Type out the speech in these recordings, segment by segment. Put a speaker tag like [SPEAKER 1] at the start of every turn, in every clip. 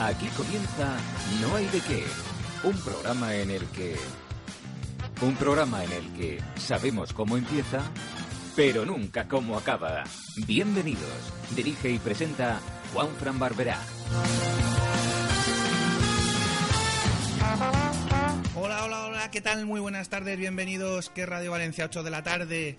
[SPEAKER 1] Aquí comienza No hay de qué, un programa en el que un programa en el que sabemos cómo empieza, pero nunca cómo acaba. Bienvenidos. Dirige y presenta Juan Fran Barberá.
[SPEAKER 2] Hola, hola, hola, ¿qué tal? Muy buenas tardes, bienvenidos. Que Radio Valencia, 8 de la tarde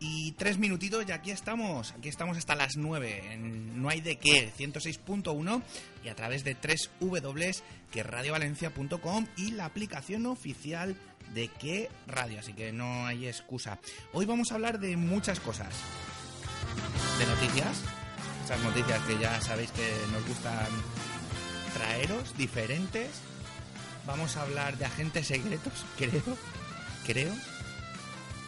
[SPEAKER 2] y 3 minutitos, y aquí estamos. Aquí estamos hasta las 9. En no hay de qué, 106.1 y a través de 3 www.querradiovalencia.com y la aplicación oficial de qué radio, así que no hay excusa. Hoy vamos a hablar de muchas cosas. De noticias, esas noticias que ya sabéis que nos gustan traeros, diferentes. Vamos a hablar de agentes secretos, creo, creo.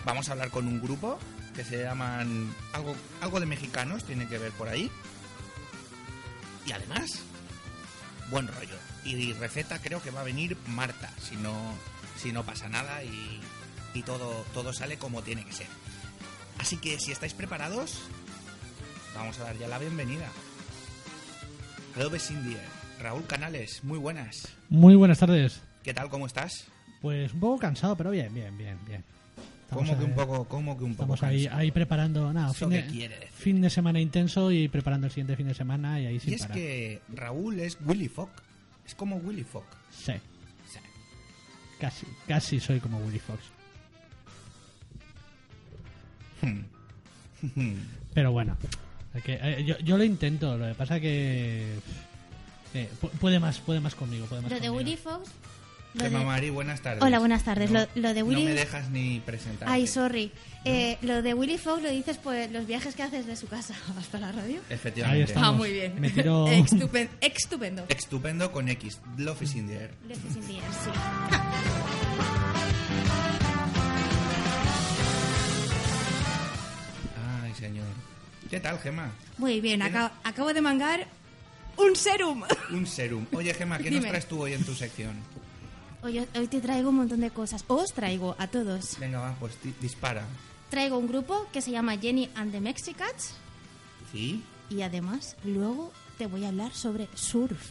[SPEAKER 2] Vamos a hablar con un grupo que se llaman algo, algo de mexicanos, tiene que ver por ahí. Y además, buen rollo. Y receta creo que va a venir Marta, si no, si no pasa nada y, y todo, todo sale como tiene que ser. Así que si estáis preparados, vamos a dar ya la bienvenida. Cloves Indie, Raúl Canales, muy buenas.
[SPEAKER 3] Muy buenas tardes.
[SPEAKER 2] ¿Qué tal? ¿Cómo estás?
[SPEAKER 3] Pues un poco cansado, pero bien, bien, bien, bien. Estamos
[SPEAKER 2] ¿Cómo que
[SPEAKER 3] ahí-
[SPEAKER 2] un poco, cómo que un poco?
[SPEAKER 3] Estamos ahí,
[SPEAKER 2] cansado?
[SPEAKER 3] ahí preparando, nada,
[SPEAKER 2] ¿Eso
[SPEAKER 3] fin de,
[SPEAKER 2] qué quiere decir?
[SPEAKER 3] fin de semana intenso y preparando el siguiente fin de semana y ahí sin
[SPEAKER 2] Y es
[SPEAKER 3] parar.
[SPEAKER 2] que Raúl es Willy Fogg. Es como Willy Fogg.
[SPEAKER 3] Sí,
[SPEAKER 2] O sea,
[SPEAKER 3] casi, casi soy como Willy Fox.
[SPEAKER 2] Hmm.
[SPEAKER 3] pero bueno, hay que- eh, yo, yo lo intento, lo que pasa que... eh, pu- puede más, puede más conmigo, puede más
[SPEAKER 4] Lo de
[SPEAKER 3] conmigo.
[SPEAKER 4] Willy Fox. lo
[SPEAKER 2] Gemma
[SPEAKER 4] de-
[SPEAKER 2] Mari, buenas tardes.
[SPEAKER 4] Hola, buenas tardes.
[SPEAKER 2] No-
[SPEAKER 4] Lo- lo de Willy-
[SPEAKER 2] No me dejas ni presentar.
[SPEAKER 4] Ay, sorry. Eh, lo de Willy Fox lo dices por los viajes que haces de su casa hasta la radio.
[SPEAKER 3] Ahí
[SPEAKER 2] Efectivamente.
[SPEAKER 3] estamos.
[SPEAKER 5] Ah, muy bien.
[SPEAKER 3] Me tiro- Eh.
[SPEAKER 5] Extupen- Estupendo.
[SPEAKER 2] Estupendo con X. Love is in the air.
[SPEAKER 4] Le haces sin días, sí.
[SPEAKER 2] Ay, señor. ¿Qué tal, Gema?
[SPEAKER 4] Muy bien,
[SPEAKER 2] Tiene-
[SPEAKER 4] acá.
[SPEAKER 5] Acabo de mangar un serum.
[SPEAKER 2] Un serum. Oye, Gema, ¿qué nos
[SPEAKER 5] Dime.
[SPEAKER 2] traes tú hoy en tu sección?
[SPEAKER 4] Hoy, hoy te traigo un montón de cosas. Os traigo a todos.
[SPEAKER 2] Venga, va, pues di- dispara.
[SPEAKER 4] Traigo un grupo que se llama Jenny and the Mexicats.
[SPEAKER 2] ¿Sí?
[SPEAKER 4] Y además, luego te voy a hablar sobre surf.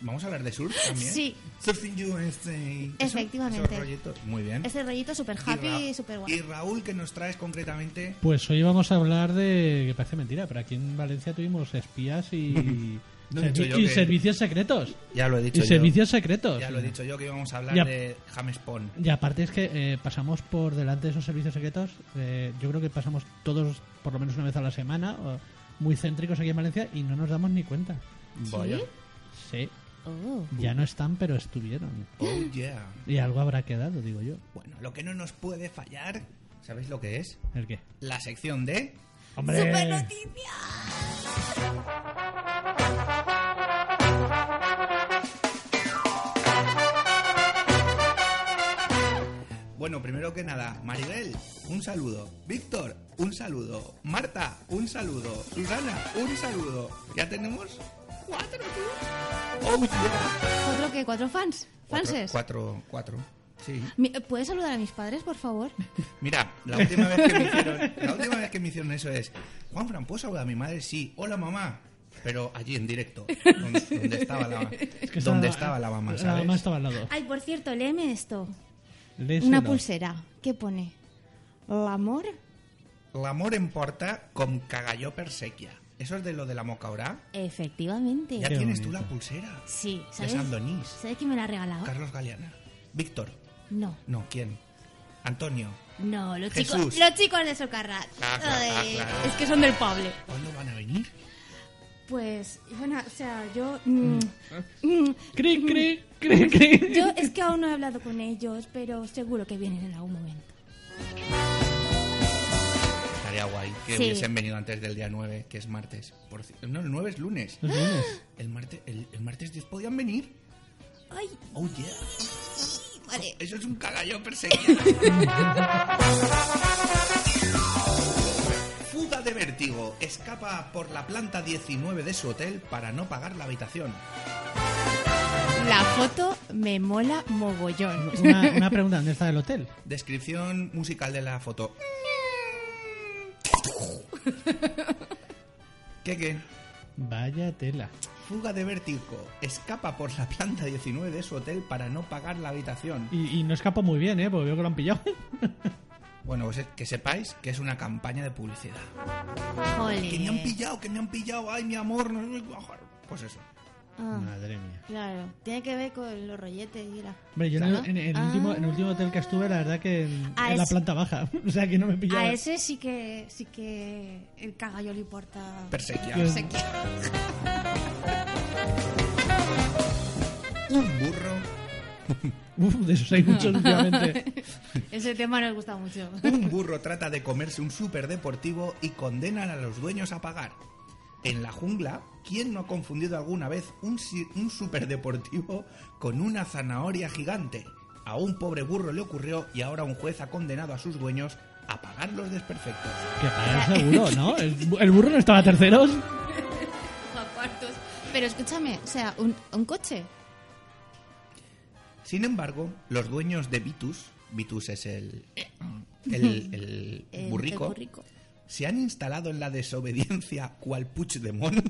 [SPEAKER 2] ¿Vamos a hablar de surf también?
[SPEAKER 4] Sí.
[SPEAKER 2] Surfing USA. ¿Eso-
[SPEAKER 4] Efectivamente.
[SPEAKER 2] esos rollitos? Muy bien.
[SPEAKER 4] Ese rollito super
[SPEAKER 2] Y Ra-
[SPEAKER 4] happy y super
[SPEAKER 2] Y
[SPEAKER 4] guay.
[SPEAKER 2] Raúl, que nos traes concretamente?
[SPEAKER 3] Pues hoy vamos a hablar de. que parece mentira, pero aquí en Valencia tuvimos espías y.
[SPEAKER 2] No he dicho yo
[SPEAKER 3] y
[SPEAKER 2] que-
[SPEAKER 3] servicios secretos.
[SPEAKER 2] Ya lo he
[SPEAKER 3] Y
[SPEAKER 2] dicho yo.
[SPEAKER 3] servicios secretos.
[SPEAKER 2] Ya lo he dicho yo que íbamos a hablar
[SPEAKER 3] Ya.
[SPEAKER 2] de Jamespon.
[SPEAKER 3] Y aparte es que eh, pasamos por delante de esos servicios secretos. eh, yo creo que pasamos todos por lo menos una vez a la semana, o muy céntricos aquí en Valencia, y no nos damos ni cuenta.
[SPEAKER 2] Vaya.
[SPEAKER 3] Sí,
[SPEAKER 4] Oh.
[SPEAKER 3] ya no están, pero estuvieron.
[SPEAKER 2] Oh, yeah.
[SPEAKER 3] Y algo habrá quedado, digo yo.
[SPEAKER 2] Bueno, lo que no nos puede fallar, ¿sabéis lo que es?
[SPEAKER 3] ¿El qué?
[SPEAKER 2] La sección de...
[SPEAKER 3] ¡Hombre!
[SPEAKER 2] Bueno, primero que nada, Maribel, un saludo. Víctor, un saludo. Marta, un saludo. Susana, un saludo. ¿Ya tenemos? ¡Cuatro, tío. ¡Oh, yeah!
[SPEAKER 4] ¿Cuatro qué? ¿Cuatro fans? ¿Fanses?
[SPEAKER 2] Cuatro, cuatro. Sí.
[SPEAKER 4] Mi- ¿Puedes saludar a mis padres, por favor?
[SPEAKER 2] Mira, la última vez que me hicieron, la última vez que me hicieron eso es, Juan Fran, ¿puedo saludar a mi madre? Sí, hola mamá. Pero allí en directo, donde, donde estaba la,
[SPEAKER 3] Es que
[SPEAKER 2] donde estaba la mamá,
[SPEAKER 3] La
[SPEAKER 2] ¿sabes?
[SPEAKER 3] mamá estaba al lado.
[SPEAKER 4] Ay, por cierto, léeme esto. Una
[SPEAKER 3] Léeselo.
[SPEAKER 4] pulsera. ¿Qué pone? ¿El amor?
[SPEAKER 2] L'amor em porta com cagalló per sèquia. Eso es de lo de la mocaurá.
[SPEAKER 4] Efectivamente.
[SPEAKER 2] Ya
[SPEAKER 3] Qué
[SPEAKER 2] tienes tú
[SPEAKER 3] bonito.
[SPEAKER 2] la pulsera.
[SPEAKER 4] Sí,
[SPEAKER 2] De
[SPEAKER 4] ¿sabes?
[SPEAKER 2] San Donís.
[SPEAKER 4] ¿Sabes quién me la ha regalado?
[SPEAKER 2] Carlos Galeana. Víctor.
[SPEAKER 4] No,
[SPEAKER 2] No, ¿quién? Antonio.
[SPEAKER 4] no, los
[SPEAKER 2] Jesús.
[SPEAKER 4] chicos, los chicos de Socarrat.
[SPEAKER 2] Ah, claro, ah,
[SPEAKER 4] Ay,
[SPEAKER 2] claro.
[SPEAKER 4] Es que son del Pablo.
[SPEAKER 2] ¿Cuándo van a venir?
[SPEAKER 5] Pues, Ivana, o sea, yo... mm, mm,
[SPEAKER 3] Cri, cri, cri, cri.
[SPEAKER 5] yo es que aún no he hablado con ellos, pero seguro que vienen en algún momento.
[SPEAKER 2] Estaría guay que
[SPEAKER 4] Sí.
[SPEAKER 2] hubiesen venido antes del día 9, que es martes. Por ci- no, el 9 es lunes.
[SPEAKER 3] Los lunes.
[SPEAKER 2] El, martes el, el martes 10 podían venir.
[SPEAKER 4] Ay,
[SPEAKER 2] Oh, yeah.
[SPEAKER 4] vale.
[SPEAKER 2] Eso es un cagallo perseguido. Fuga de vértigo. Escapa por la planta 19 de su hotel para no pagar la habitación. eh.
[SPEAKER 6] La foto me mola mogollón.
[SPEAKER 3] Una, una pregunta, ¿dónde está el hotel?
[SPEAKER 2] Descripción musical de la foto. ¿Qué qué?
[SPEAKER 3] Vaya tela.
[SPEAKER 2] Fuga de vértigo. Escapa por la planta 19 de su hotel para no pagar la habitación.
[SPEAKER 3] Y, y no escapó muy bien, ¿eh? Porque veo que lo han pillado.
[SPEAKER 2] Bueno, pues es- que sepáis que es una campaña de publicidad. Que me han
[SPEAKER 6] Jolín.
[SPEAKER 2] pillado, que me han pillado. Ay, mi amor. no sé qué- Pues eso.
[SPEAKER 4] Ah,
[SPEAKER 3] Madre mía.
[SPEAKER 4] claro. Tiene que ver con los rolletes y la...
[SPEAKER 3] Hombre, yo en
[SPEAKER 4] ¿No?
[SPEAKER 3] el, en el último, en el último hotel que estuve, la verdad que en,
[SPEAKER 4] Ah. A
[SPEAKER 3] en la
[SPEAKER 4] ese-
[SPEAKER 3] planta baja. O sea, que no me pillaba.
[SPEAKER 4] A ese sí que, sí que el cagallo le importa.
[SPEAKER 3] Que-
[SPEAKER 2] Perseguía. Un burro.
[SPEAKER 3] Uf, de esos hay muchos últimamente.
[SPEAKER 6] Ese tema nos gusta mucho.
[SPEAKER 2] Un burro trata de comerse un superdeportivo y condenan a los dueños a pagar. En la jungla, ¿quién no ha confundido alguna vez un, si- un superdeportivo con una zanahoria gigante? A un pobre burro le ocurrió y ahora un juez ha condenado a sus dueños a pagar los desperfectos.
[SPEAKER 3] Que pagar seguro, ¿no? El, bu- el burro no estaba a terceros.
[SPEAKER 6] A cuartos. Pero escúchame, o sea, un, un coche.
[SPEAKER 2] Sin embargo, los dueños de Vitus, Vitus es el, el, el
[SPEAKER 4] El-
[SPEAKER 2] burrico,
[SPEAKER 4] el burrico.
[SPEAKER 2] se han instalado en la desobediencia cual Puigdemont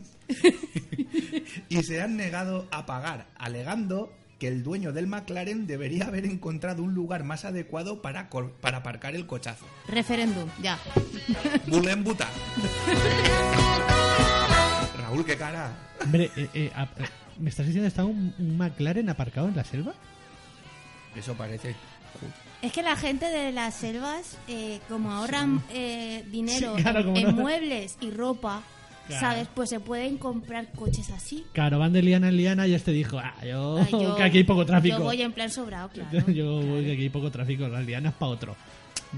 [SPEAKER 2] y se han negado a pagar, alegando que el dueño del McLaren debería haber encontrado un lugar más adecuado para, cor- para aparcar el cochazo.
[SPEAKER 6] Referéndum, ya.
[SPEAKER 2] Bulen buta. Raúl, qué cara.
[SPEAKER 3] Hombre, eh, eh, a- eh, ¿me estás diciendo que está un, un McLaren aparcado en la selva?
[SPEAKER 2] Eso parece.
[SPEAKER 4] Es que la gente de las selvas, eh, como ahorran eh, dinero
[SPEAKER 3] Sí, claro,
[SPEAKER 4] en,
[SPEAKER 3] como
[SPEAKER 4] en
[SPEAKER 3] no.
[SPEAKER 4] muebles y ropa,
[SPEAKER 3] Claro.
[SPEAKER 4] ¿sabes? Pues se pueden comprar coches así.
[SPEAKER 3] Claro, van de liana en liana y este dijo, ah, yo,
[SPEAKER 4] Ah, yo-
[SPEAKER 3] que aquí hay poco tráfico.
[SPEAKER 4] Yo voy en plan sobrado, claro.
[SPEAKER 3] Yo- yo voy que aquí hay poco tráfico, las lianas para otro.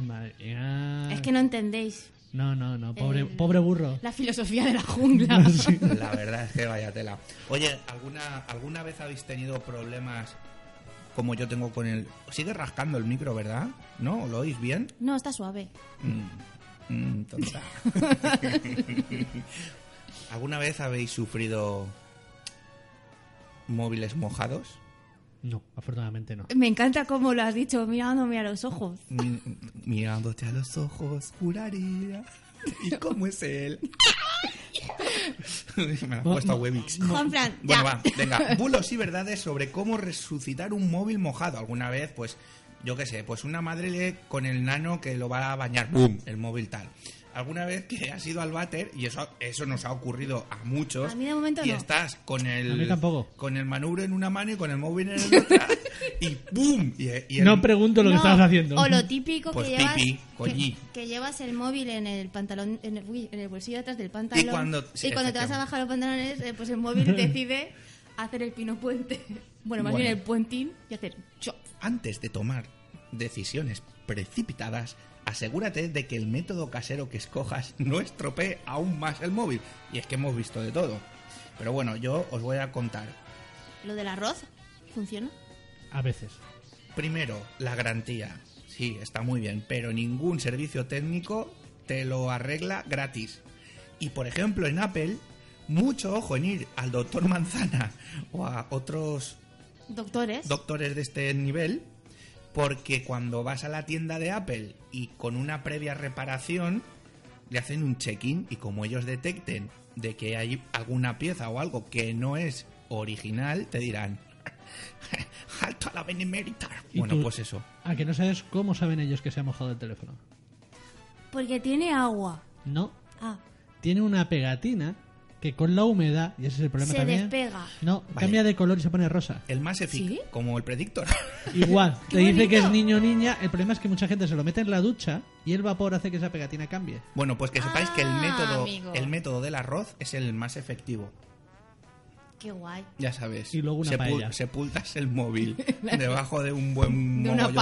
[SPEAKER 3] Madre mía.
[SPEAKER 4] Es que no entendéis.
[SPEAKER 3] No, no, no, pobre,
[SPEAKER 4] El-
[SPEAKER 3] pobre burro.
[SPEAKER 6] La filosofía de la jungla.
[SPEAKER 2] La verdad es que vaya tela. Oye, ¿alguna, ¿alguna vez habéis tenido problemas como yo tengo con el... Sigue rascando el micro, ¿verdad? ¿No? ¿Lo oís bien?
[SPEAKER 4] No, está suave.
[SPEAKER 2] Mm, mm, tonta. ¿Alguna vez habéis sufrido móviles mojados?
[SPEAKER 3] No, afortunadamente no.
[SPEAKER 4] Me encanta como lo has dicho, mirándome a los ojos.
[SPEAKER 2] Mi- Mirándote a los ojos, juraría. ¿Y cómo es él? Me ha puesto a Webix.
[SPEAKER 4] Juanfran, ya.
[SPEAKER 2] Bueno, va, venga. Bulos y verdades sobre cómo resucitar un móvil mojado. Alguna vez, pues, yo qué sé, pues una madre le con el nano que lo va a bañar, ¡pum! El móvil tal. Alguna vez que has ido al váter, y eso, eso nos ha ocurrido a muchos.
[SPEAKER 4] A mí de momento
[SPEAKER 2] y
[SPEAKER 4] no.
[SPEAKER 2] estás con el.
[SPEAKER 3] A mí tampoco.
[SPEAKER 2] Con el manubrio en una mano y con el móvil en la otra. y ¡pum! Y, y el-
[SPEAKER 3] No pregunto lo que
[SPEAKER 4] No,
[SPEAKER 3] estabas haciendo.
[SPEAKER 4] O lo típico
[SPEAKER 2] Pues
[SPEAKER 4] que llevas.
[SPEAKER 2] pipí,
[SPEAKER 4] que-
[SPEAKER 2] coñí.
[SPEAKER 4] que, llevas el móvil en el pantalón, en el, uy, en el bolsillo detrás del pantalón.
[SPEAKER 2] Y cuando- sí,
[SPEAKER 4] y cuando te vas
[SPEAKER 2] efectivamente.
[SPEAKER 4] a bajar los pantalones, eh, pues el móvil decide hacer el pino puente. Bueno, más
[SPEAKER 2] Bueno.
[SPEAKER 4] bien el puentín y hacer chop.
[SPEAKER 2] Antes de tomar decisiones precipitadas, asegúrate de que el método casero que escojas no estropee aún más el móvil. Y es que hemos visto de todo. Pero bueno, yo os voy a contar.
[SPEAKER 4] Lo del arroz funciona.
[SPEAKER 3] A veces.
[SPEAKER 2] Primero, la garantía. Sí, está muy bien, pero ningún servicio técnico te lo arregla gratis. Y por ejemplo, en Apple, mucho ojo en ir al doctor Manzana o a otros
[SPEAKER 4] Doctores.
[SPEAKER 2] doctores de este nivel, porque cuando vas a la tienda de Apple y con una previa reparación, le hacen un check-in y como ellos detecten de que hay alguna pieza o algo que no es original, te dirán, alto a la benemérita.
[SPEAKER 3] ¿Y
[SPEAKER 2] Bueno,
[SPEAKER 3] tú?
[SPEAKER 2] pues eso.
[SPEAKER 3] A que no sabes cómo saben ellos que se ha mojado el teléfono.
[SPEAKER 4] porque tiene agua.
[SPEAKER 3] No,
[SPEAKER 4] Ah,
[SPEAKER 3] tiene una pegatina que con la humedad, y ese es el problema
[SPEAKER 5] Se
[SPEAKER 3] también.
[SPEAKER 5] despega.
[SPEAKER 3] No, cambia de color y se pone rosa.
[SPEAKER 2] El más eficaz,
[SPEAKER 6] ¿Sí?
[SPEAKER 2] como el predictor.
[SPEAKER 3] Igual,
[SPEAKER 5] ¡Qué
[SPEAKER 3] te dice que es
[SPEAKER 5] bonito!
[SPEAKER 3] niño o niña, el problema es que mucha gente se lo mete en la ducha y el vapor hace que esa pegatina cambie.
[SPEAKER 2] bueno, pues que sepáis que el
[SPEAKER 6] Ah,
[SPEAKER 2] método,
[SPEAKER 6] amigo.
[SPEAKER 2] el método del arroz es el más efectivo.
[SPEAKER 6] Qué guay.
[SPEAKER 2] Ya sabes.
[SPEAKER 3] Y luego una
[SPEAKER 2] se pul-
[SPEAKER 3] paella.
[SPEAKER 2] sepultas el móvil debajo de un buen
[SPEAKER 6] De una
[SPEAKER 2] mogollón de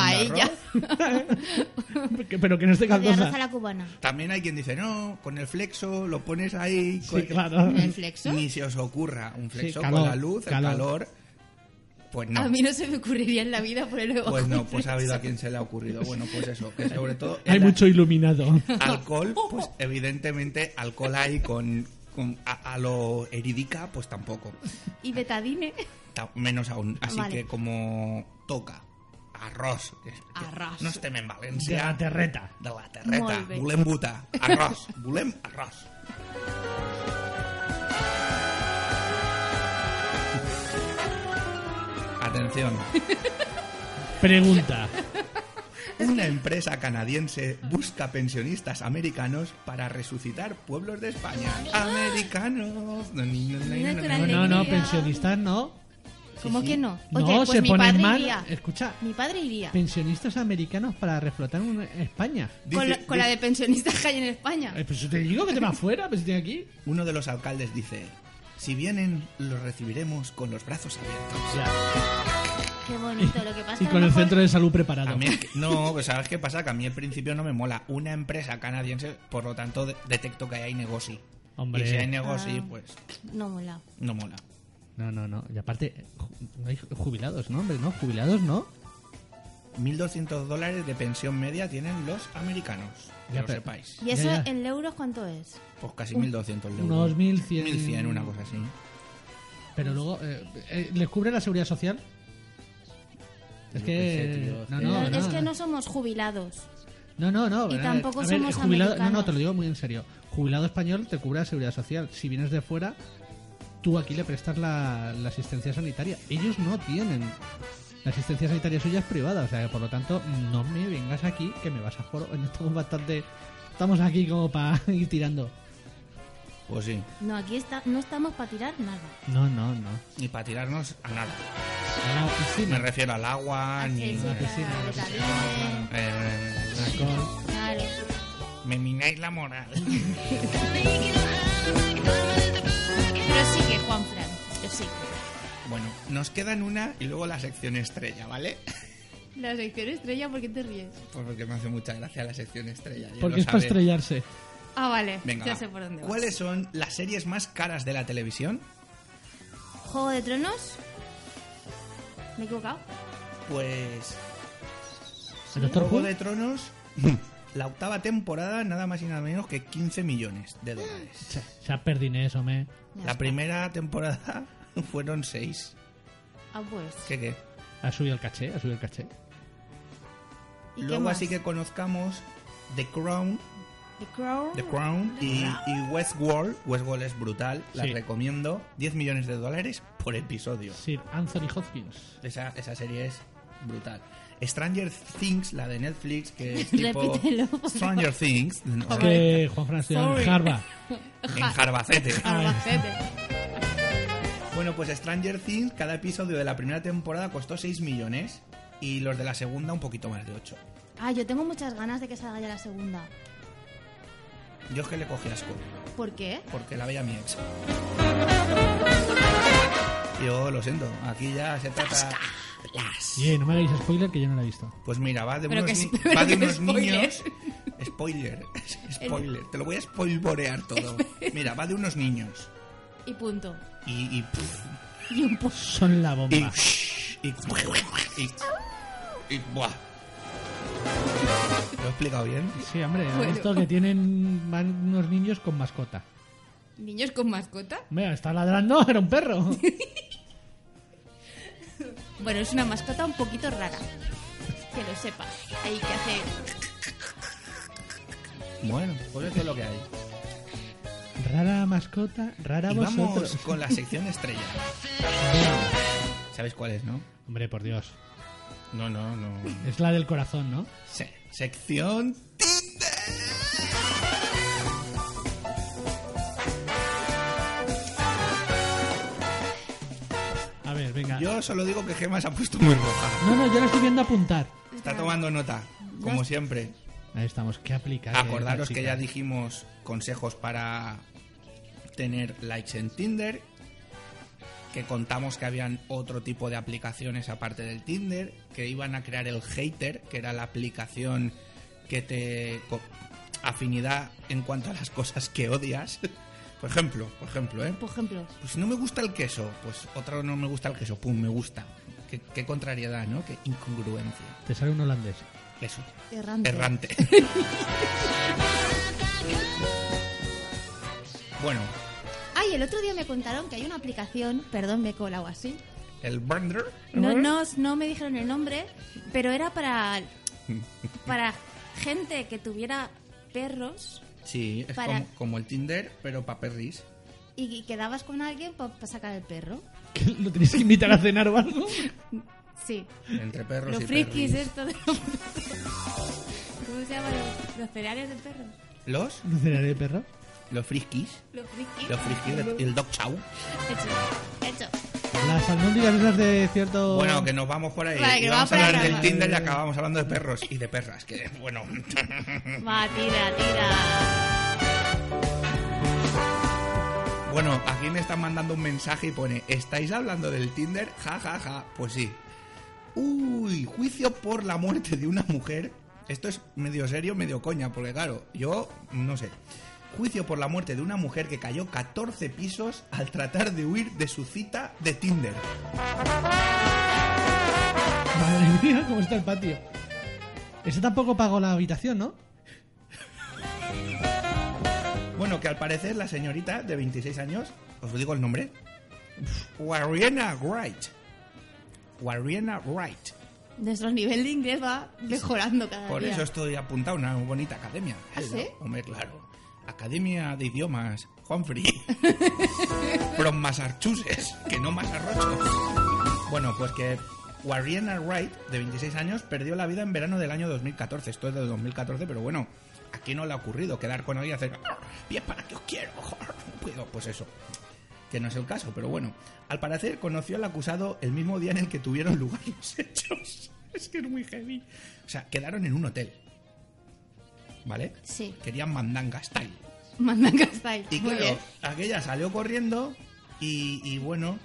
[SPEAKER 6] paella.
[SPEAKER 2] arroz.
[SPEAKER 3] Que- Pero que no esté
[SPEAKER 4] Lo de arroz a
[SPEAKER 3] caldosa.
[SPEAKER 4] la cubana.
[SPEAKER 2] También hay quien dice, no, con el flexo lo pones ahí.
[SPEAKER 3] Sí,
[SPEAKER 2] con-
[SPEAKER 3] claro.
[SPEAKER 6] ¿El flexo?
[SPEAKER 2] Ni se os ocurra un flexo
[SPEAKER 3] calor,
[SPEAKER 2] con la luz,
[SPEAKER 3] calor.
[SPEAKER 2] el calor. Pues no.
[SPEAKER 6] A mí no se me ocurriría en la vida poner el
[SPEAKER 2] Pues no, pues ha habido a
[SPEAKER 6] aquí.
[SPEAKER 2] quien se le ha ocurrido. Bueno, pues eso, que sobre todo.
[SPEAKER 3] Hay
[SPEAKER 2] el
[SPEAKER 3] mucho iluminado.
[SPEAKER 2] Alcohol, pues evidentemente, alcohol ahí con. con- a, a lo eridica, pues tampoco.
[SPEAKER 6] Y betadine.
[SPEAKER 2] Ta- Menos aún. Así
[SPEAKER 6] Vale.
[SPEAKER 2] que como toca. Arroz. que- que
[SPEAKER 6] Arrás.
[SPEAKER 2] No estem en
[SPEAKER 3] De
[SPEAKER 2] València.
[SPEAKER 3] la terreta.
[SPEAKER 2] De la terreta.
[SPEAKER 6] Molt bé.
[SPEAKER 2] Volem votar. Arròs. Volem arròs. Atención.
[SPEAKER 3] Pregunta.
[SPEAKER 2] Una empresa canadiense busca pensionistas americanos para resucitar pueblos de España.
[SPEAKER 6] Ah.
[SPEAKER 2] Americanos.
[SPEAKER 3] No,
[SPEAKER 4] Natural.
[SPEAKER 3] no, no,
[SPEAKER 4] Alegría.
[SPEAKER 3] pensionistas no.
[SPEAKER 6] ¿Cómo que no?
[SPEAKER 3] No,
[SPEAKER 6] Oye, pues
[SPEAKER 3] se
[SPEAKER 6] mi
[SPEAKER 3] ponen
[SPEAKER 6] padre
[SPEAKER 3] mal.
[SPEAKER 6] iría.
[SPEAKER 3] Escucha,
[SPEAKER 6] Mi padre iría.
[SPEAKER 3] pensionistas americanos para reflotar en España.
[SPEAKER 6] con, la, con la de pensionistas que hay en España.
[SPEAKER 3] Eh, Pues yo te digo que te vas fuera, pues estoy aquí.
[SPEAKER 2] Uno de los alcaldes dice, si vienen, los recibiremos con los brazos abiertos.
[SPEAKER 4] Qué bonito. Lo que pasa
[SPEAKER 3] Y
[SPEAKER 4] a lo
[SPEAKER 3] con el
[SPEAKER 4] mejor-
[SPEAKER 3] centro de salud preparado.
[SPEAKER 2] A mí es que- no, pues sabes qué pasa, que a mí al principio no me mola. Una empresa canadiense, por lo tanto, de- detecto que ahí hay negocio.
[SPEAKER 3] Hombre.
[SPEAKER 2] Y si hay negocio,
[SPEAKER 4] Ah.
[SPEAKER 2] pues
[SPEAKER 4] No mola.
[SPEAKER 2] no mola.
[SPEAKER 3] No, no, no. Y aparte, ju- no hay jubilados, ¿no? Hombre, no, jubilados no.
[SPEAKER 2] 1.200 dólares de pensión media tienen los americanos, que
[SPEAKER 3] Ya,
[SPEAKER 2] lo
[SPEAKER 3] pero-
[SPEAKER 2] sepáis.
[SPEAKER 4] ¿Y eso
[SPEAKER 3] Ya, ya.
[SPEAKER 4] en euros cuánto es?
[SPEAKER 2] Pues casi 1.200 euros.
[SPEAKER 3] Unos 1.100.
[SPEAKER 2] 1.100, una cosa así.
[SPEAKER 3] Pero luego, eh, eh, ¿les cubre la seguridad social? Es
[SPEAKER 2] Yo
[SPEAKER 3] que.
[SPEAKER 2] qué sé, tío.
[SPEAKER 3] Ah, no,
[SPEAKER 4] No,
[SPEAKER 3] no,
[SPEAKER 4] es
[SPEAKER 3] no,
[SPEAKER 4] que no somos jubilados.
[SPEAKER 3] No, no, no.
[SPEAKER 4] Y
[SPEAKER 3] eh,
[SPEAKER 4] tampoco
[SPEAKER 3] a ver,
[SPEAKER 4] somos
[SPEAKER 3] jubilado, No, no,
[SPEAKER 4] americanos.
[SPEAKER 3] te lo digo muy en serio. Jubilado español te cubre la seguridad social. Si vienes de fuera, tú aquí le prestas la, la asistencia sanitaria. Ellos no tienen. La asistencia sanitaria suya es privada, o sea que por lo tanto no me vengas aquí que me vas a joro. Estamos bastante. Estamos aquí como para ir tirando.
[SPEAKER 2] Pues sí.
[SPEAKER 4] No, aquí está, no estamos para tirar nada.
[SPEAKER 3] No, no, no.
[SPEAKER 2] Ni para tirarnos a nada.
[SPEAKER 3] A la
[SPEAKER 2] Me
[SPEAKER 3] piscina.
[SPEAKER 2] refiero al agua, Ah, ni...
[SPEAKER 6] Así, claro,
[SPEAKER 3] sí, no,
[SPEAKER 6] betadine,
[SPEAKER 2] Eh,
[SPEAKER 3] Alcohol.
[SPEAKER 6] claro.
[SPEAKER 2] me mináis la moral.
[SPEAKER 6] Prosigue, Juan Fran. Prosigue.
[SPEAKER 2] bueno, nos quedan una y luego la sección estrella, ¿vale?
[SPEAKER 6] La sección estrella, ¿por qué te ríes?
[SPEAKER 2] Pues porque me hace mucha gracia la sección estrella. ya
[SPEAKER 3] Porque
[SPEAKER 2] lo
[SPEAKER 3] es para
[SPEAKER 2] sabéis.
[SPEAKER 3] estrellarse.
[SPEAKER 6] Ah, vale.
[SPEAKER 2] Venga,
[SPEAKER 6] ya
[SPEAKER 2] va.
[SPEAKER 6] sé por dónde vas.
[SPEAKER 2] ¿Cuáles son las series más caras de la televisión?
[SPEAKER 4] ¿Juego de Tronos? ¿Me he equivocado?
[SPEAKER 2] Pues.
[SPEAKER 3] ¿El Doctor
[SPEAKER 2] Juego
[SPEAKER 3] Who?
[SPEAKER 2] de Tronos, la octava temporada, nada más y nada menos que 15 millones de dólares.
[SPEAKER 3] Se, se ha perdido eso, me.
[SPEAKER 6] Ya
[SPEAKER 2] La
[SPEAKER 6] está.
[SPEAKER 2] primera temporada fueron 6.
[SPEAKER 6] Ah, pues.
[SPEAKER 2] ¿Qué qué?
[SPEAKER 3] Ha subido el caché, ha subido el caché.
[SPEAKER 4] ¿Y qué
[SPEAKER 2] Luego,
[SPEAKER 4] más?
[SPEAKER 2] así que conozcamos The Crown,
[SPEAKER 4] The Crown.
[SPEAKER 2] The Crown y, y Westworld. Westworld es brutal, la
[SPEAKER 3] Sí.
[SPEAKER 2] recomiendo. 10 millones de dólares por episodio.
[SPEAKER 3] Sir Anthony Hopkins.
[SPEAKER 2] Esa, esa serie es brutal. Stranger Things, la de Netflix, que es tipo
[SPEAKER 6] Repítelo, por favor.
[SPEAKER 2] Stranger Things no,
[SPEAKER 3] Es
[SPEAKER 2] en
[SPEAKER 3] que Juan Francisco
[SPEAKER 6] Sorry.
[SPEAKER 3] Jarba.
[SPEAKER 2] Jarbacete.
[SPEAKER 4] Ah,
[SPEAKER 6] Albacete.
[SPEAKER 2] Bueno, pues Stranger Things, cada episodio de la primera temporada costó 6 millones y los de la segunda un poquito más de 8.
[SPEAKER 4] Ah, yo tengo muchas ganas de que salga ya la segunda.
[SPEAKER 2] Yo es que le cogí asco,
[SPEAKER 6] ¿Por qué?
[SPEAKER 2] porque la veía mi ex. Yo lo siento, aquí ya se trata...
[SPEAKER 3] Yeah, no me hagáis spoiler que yo no la he visto.
[SPEAKER 2] Pues mira, va de
[SPEAKER 6] Pero
[SPEAKER 2] unos,
[SPEAKER 6] que sí,
[SPEAKER 2] ni-
[SPEAKER 6] pero
[SPEAKER 2] va de
[SPEAKER 6] que
[SPEAKER 2] unos
[SPEAKER 6] spoiler.
[SPEAKER 2] niños. Spoiler, spoiler, te lo voy a spoilborear todo. Mira, va de unos niños
[SPEAKER 6] Y punto.
[SPEAKER 2] y, y pff,
[SPEAKER 6] Y un punto.
[SPEAKER 3] Son la
[SPEAKER 2] Y,
[SPEAKER 3] bomba.
[SPEAKER 2] y, y, y- buah. ¿Lo he explicado bien?
[SPEAKER 3] Sí, hombre,
[SPEAKER 6] Bueno.
[SPEAKER 3] esto que tienen van unos niños con mascota.
[SPEAKER 6] ¿Niños con mascota?
[SPEAKER 3] Mira, está ladrando, era un perro.
[SPEAKER 6] Bueno, es una mascota un poquito rara. Que lo sepas. Ahí que hace.
[SPEAKER 2] Bueno, pues esto es lo que hay.
[SPEAKER 3] Rara mascota, rara
[SPEAKER 2] Y vamos
[SPEAKER 3] vosotros.
[SPEAKER 2] con la sección estrella. ¿Sabéis cuál es, no?
[SPEAKER 3] Hombre, por Dios.
[SPEAKER 2] No, no, no.
[SPEAKER 3] Es la del corazón, ¿no?
[SPEAKER 2] Se- sección Tinder.
[SPEAKER 3] nada.
[SPEAKER 2] Yo solo digo que Gemma se ha puesto Ah. muy roja.
[SPEAKER 3] No, no, yo la estoy viendo apuntar.
[SPEAKER 2] Está tomando nota, como siempre.
[SPEAKER 3] Ahí estamos, qué aplicar.
[SPEAKER 2] Ah, Acordaros que ya dijimos consejos para tener likes en Tinder, que contamos que habían otro tipo de aplicaciones aparte del Tinder, que iban a crear el hater, que era la aplicación que te co- afinidad en cuanto a las cosas que odias. Por ejemplo, por ejemplo, ¿eh?
[SPEAKER 6] Por ejemplo,
[SPEAKER 2] Pues no me gusta el queso, pues otro no me gusta el queso, pum, me gusta. Qué, qué contrariedad, ¿no? Qué incongruencia.
[SPEAKER 3] Te sale un holandés.
[SPEAKER 2] Eso,
[SPEAKER 6] errante.
[SPEAKER 2] errante. bueno,
[SPEAKER 6] Ay, el otro día me contaron que hay una aplicación, perdón, me he colado así.
[SPEAKER 2] el Burner.
[SPEAKER 4] No, no, no me dijeron el nombre, pero era para, para gente que tuviera perros
[SPEAKER 2] Sí, es
[SPEAKER 4] Para-
[SPEAKER 2] como, como el Tinder, pero para perris.
[SPEAKER 4] y quedabas con alguien para sacar el perro.
[SPEAKER 3] ¿Qué, ¿Lo tenéis que invitar a cenar o algo?
[SPEAKER 4] Sí,
[SPEAKER 2] Entre perros
[SPEAKER 4] los
[SPEAKER 2] y
[SPEAKER 4] frikis
[SPEAKER 2] perris.
[SPEAKER 4] esto de los... ¿Cómo se llaman los, los cereales de perro?
[SPEAKER 2] ¿Los?
[SPEAKER 3] ¿No cenaré de perro?
[SPEAKER 2] Los friskis.
[SPEAKER 4] Los frikis.
[SPEAKER 2] Los friskis, el- el dog chow.
[SPEAKER 4] Hecho, hecho.
[SPEAKER 3] Las almóndigas esas de cierto...
[SPEAKER 2] Bueno, que nos vamos por ahí.
[SPEAKER 6] Vale, que
[SPEAKER 2] Y
[SPEAKER 6] vamos
[SPEAKER 2] vamos
[SPEAKER 6] para
[SPEAKER 2] a hablar
[SPEAKER 6] la
[SPEAKER 2] del
[SPEAKER 6] rama.
[SPEAKER 2] Tinder y acabamos hablando de perros y de perras. Que bueno.
[SPEAKER 4] Va, tira, tira.
[SPEAKER 2] bueno, aquí me están mandando un mensaje y pone: ¿Estáis hablando del Tinder? Ja, ja, ja. Pues sí. Uy, juicio por la muerte de una mujer. Esto es medio serio, medio coña, porque claro, yo no sé. Juicio por la muerte de una mujer que cayó 14 pisos al tratar de huir de su cita de Tinder.
[SPEAKER 3] Madre mía, cómo está el patio. Ese tampoco pagó la habitación, ¿no?
[SPEAKER 2] Bueno, que al parecer la señorita de 26 años, os digo el nombre, Warriena Wright. Warriena Wright.
[SPEAKER 6] Nuestro nivel de inglés va mejorando cada
[SPEAKER 2] Por
[SPEAKER 6] día.
[SPEAKER 2] eso estoy apuntado a una bonita academia.
[SPEAKER 6] ¿Ah, sí?
[SPEAKER 2] Hombre, claro. Academia de Idiomas, Juanfrey. From Massachusetts, que no Masarrocho. Bueno, pues que Warriena Wright, de 26 años, perdió la vida en verano del año 2014. Esto es de 2014, pero bueno, ¿a quién no le ha ocurrido quedar con alguien y hacer... "Ah, Bien, ¿para qué os quiero? No puedo". Pues eso. Que no es el caso, pero bueno. Al parecer conoció al acusado el mismo día en el que tuvieron lugar los hechos. Es que es muy heavy. O sea, quedaron en un hotel. ¿Vale?
[SPEAKER 6] Sí.
[SPEAKER 2] Querían mandanga style.
[SPEAKER 6] Mandanga Style.
[SPEAKER 2] Y
[SPEAKER 6] Muy
[SPEAKER 2] claro,
[SPEAKER 6] bien.
[SPEAKER 2] aquella salió corriendo y, y bueno,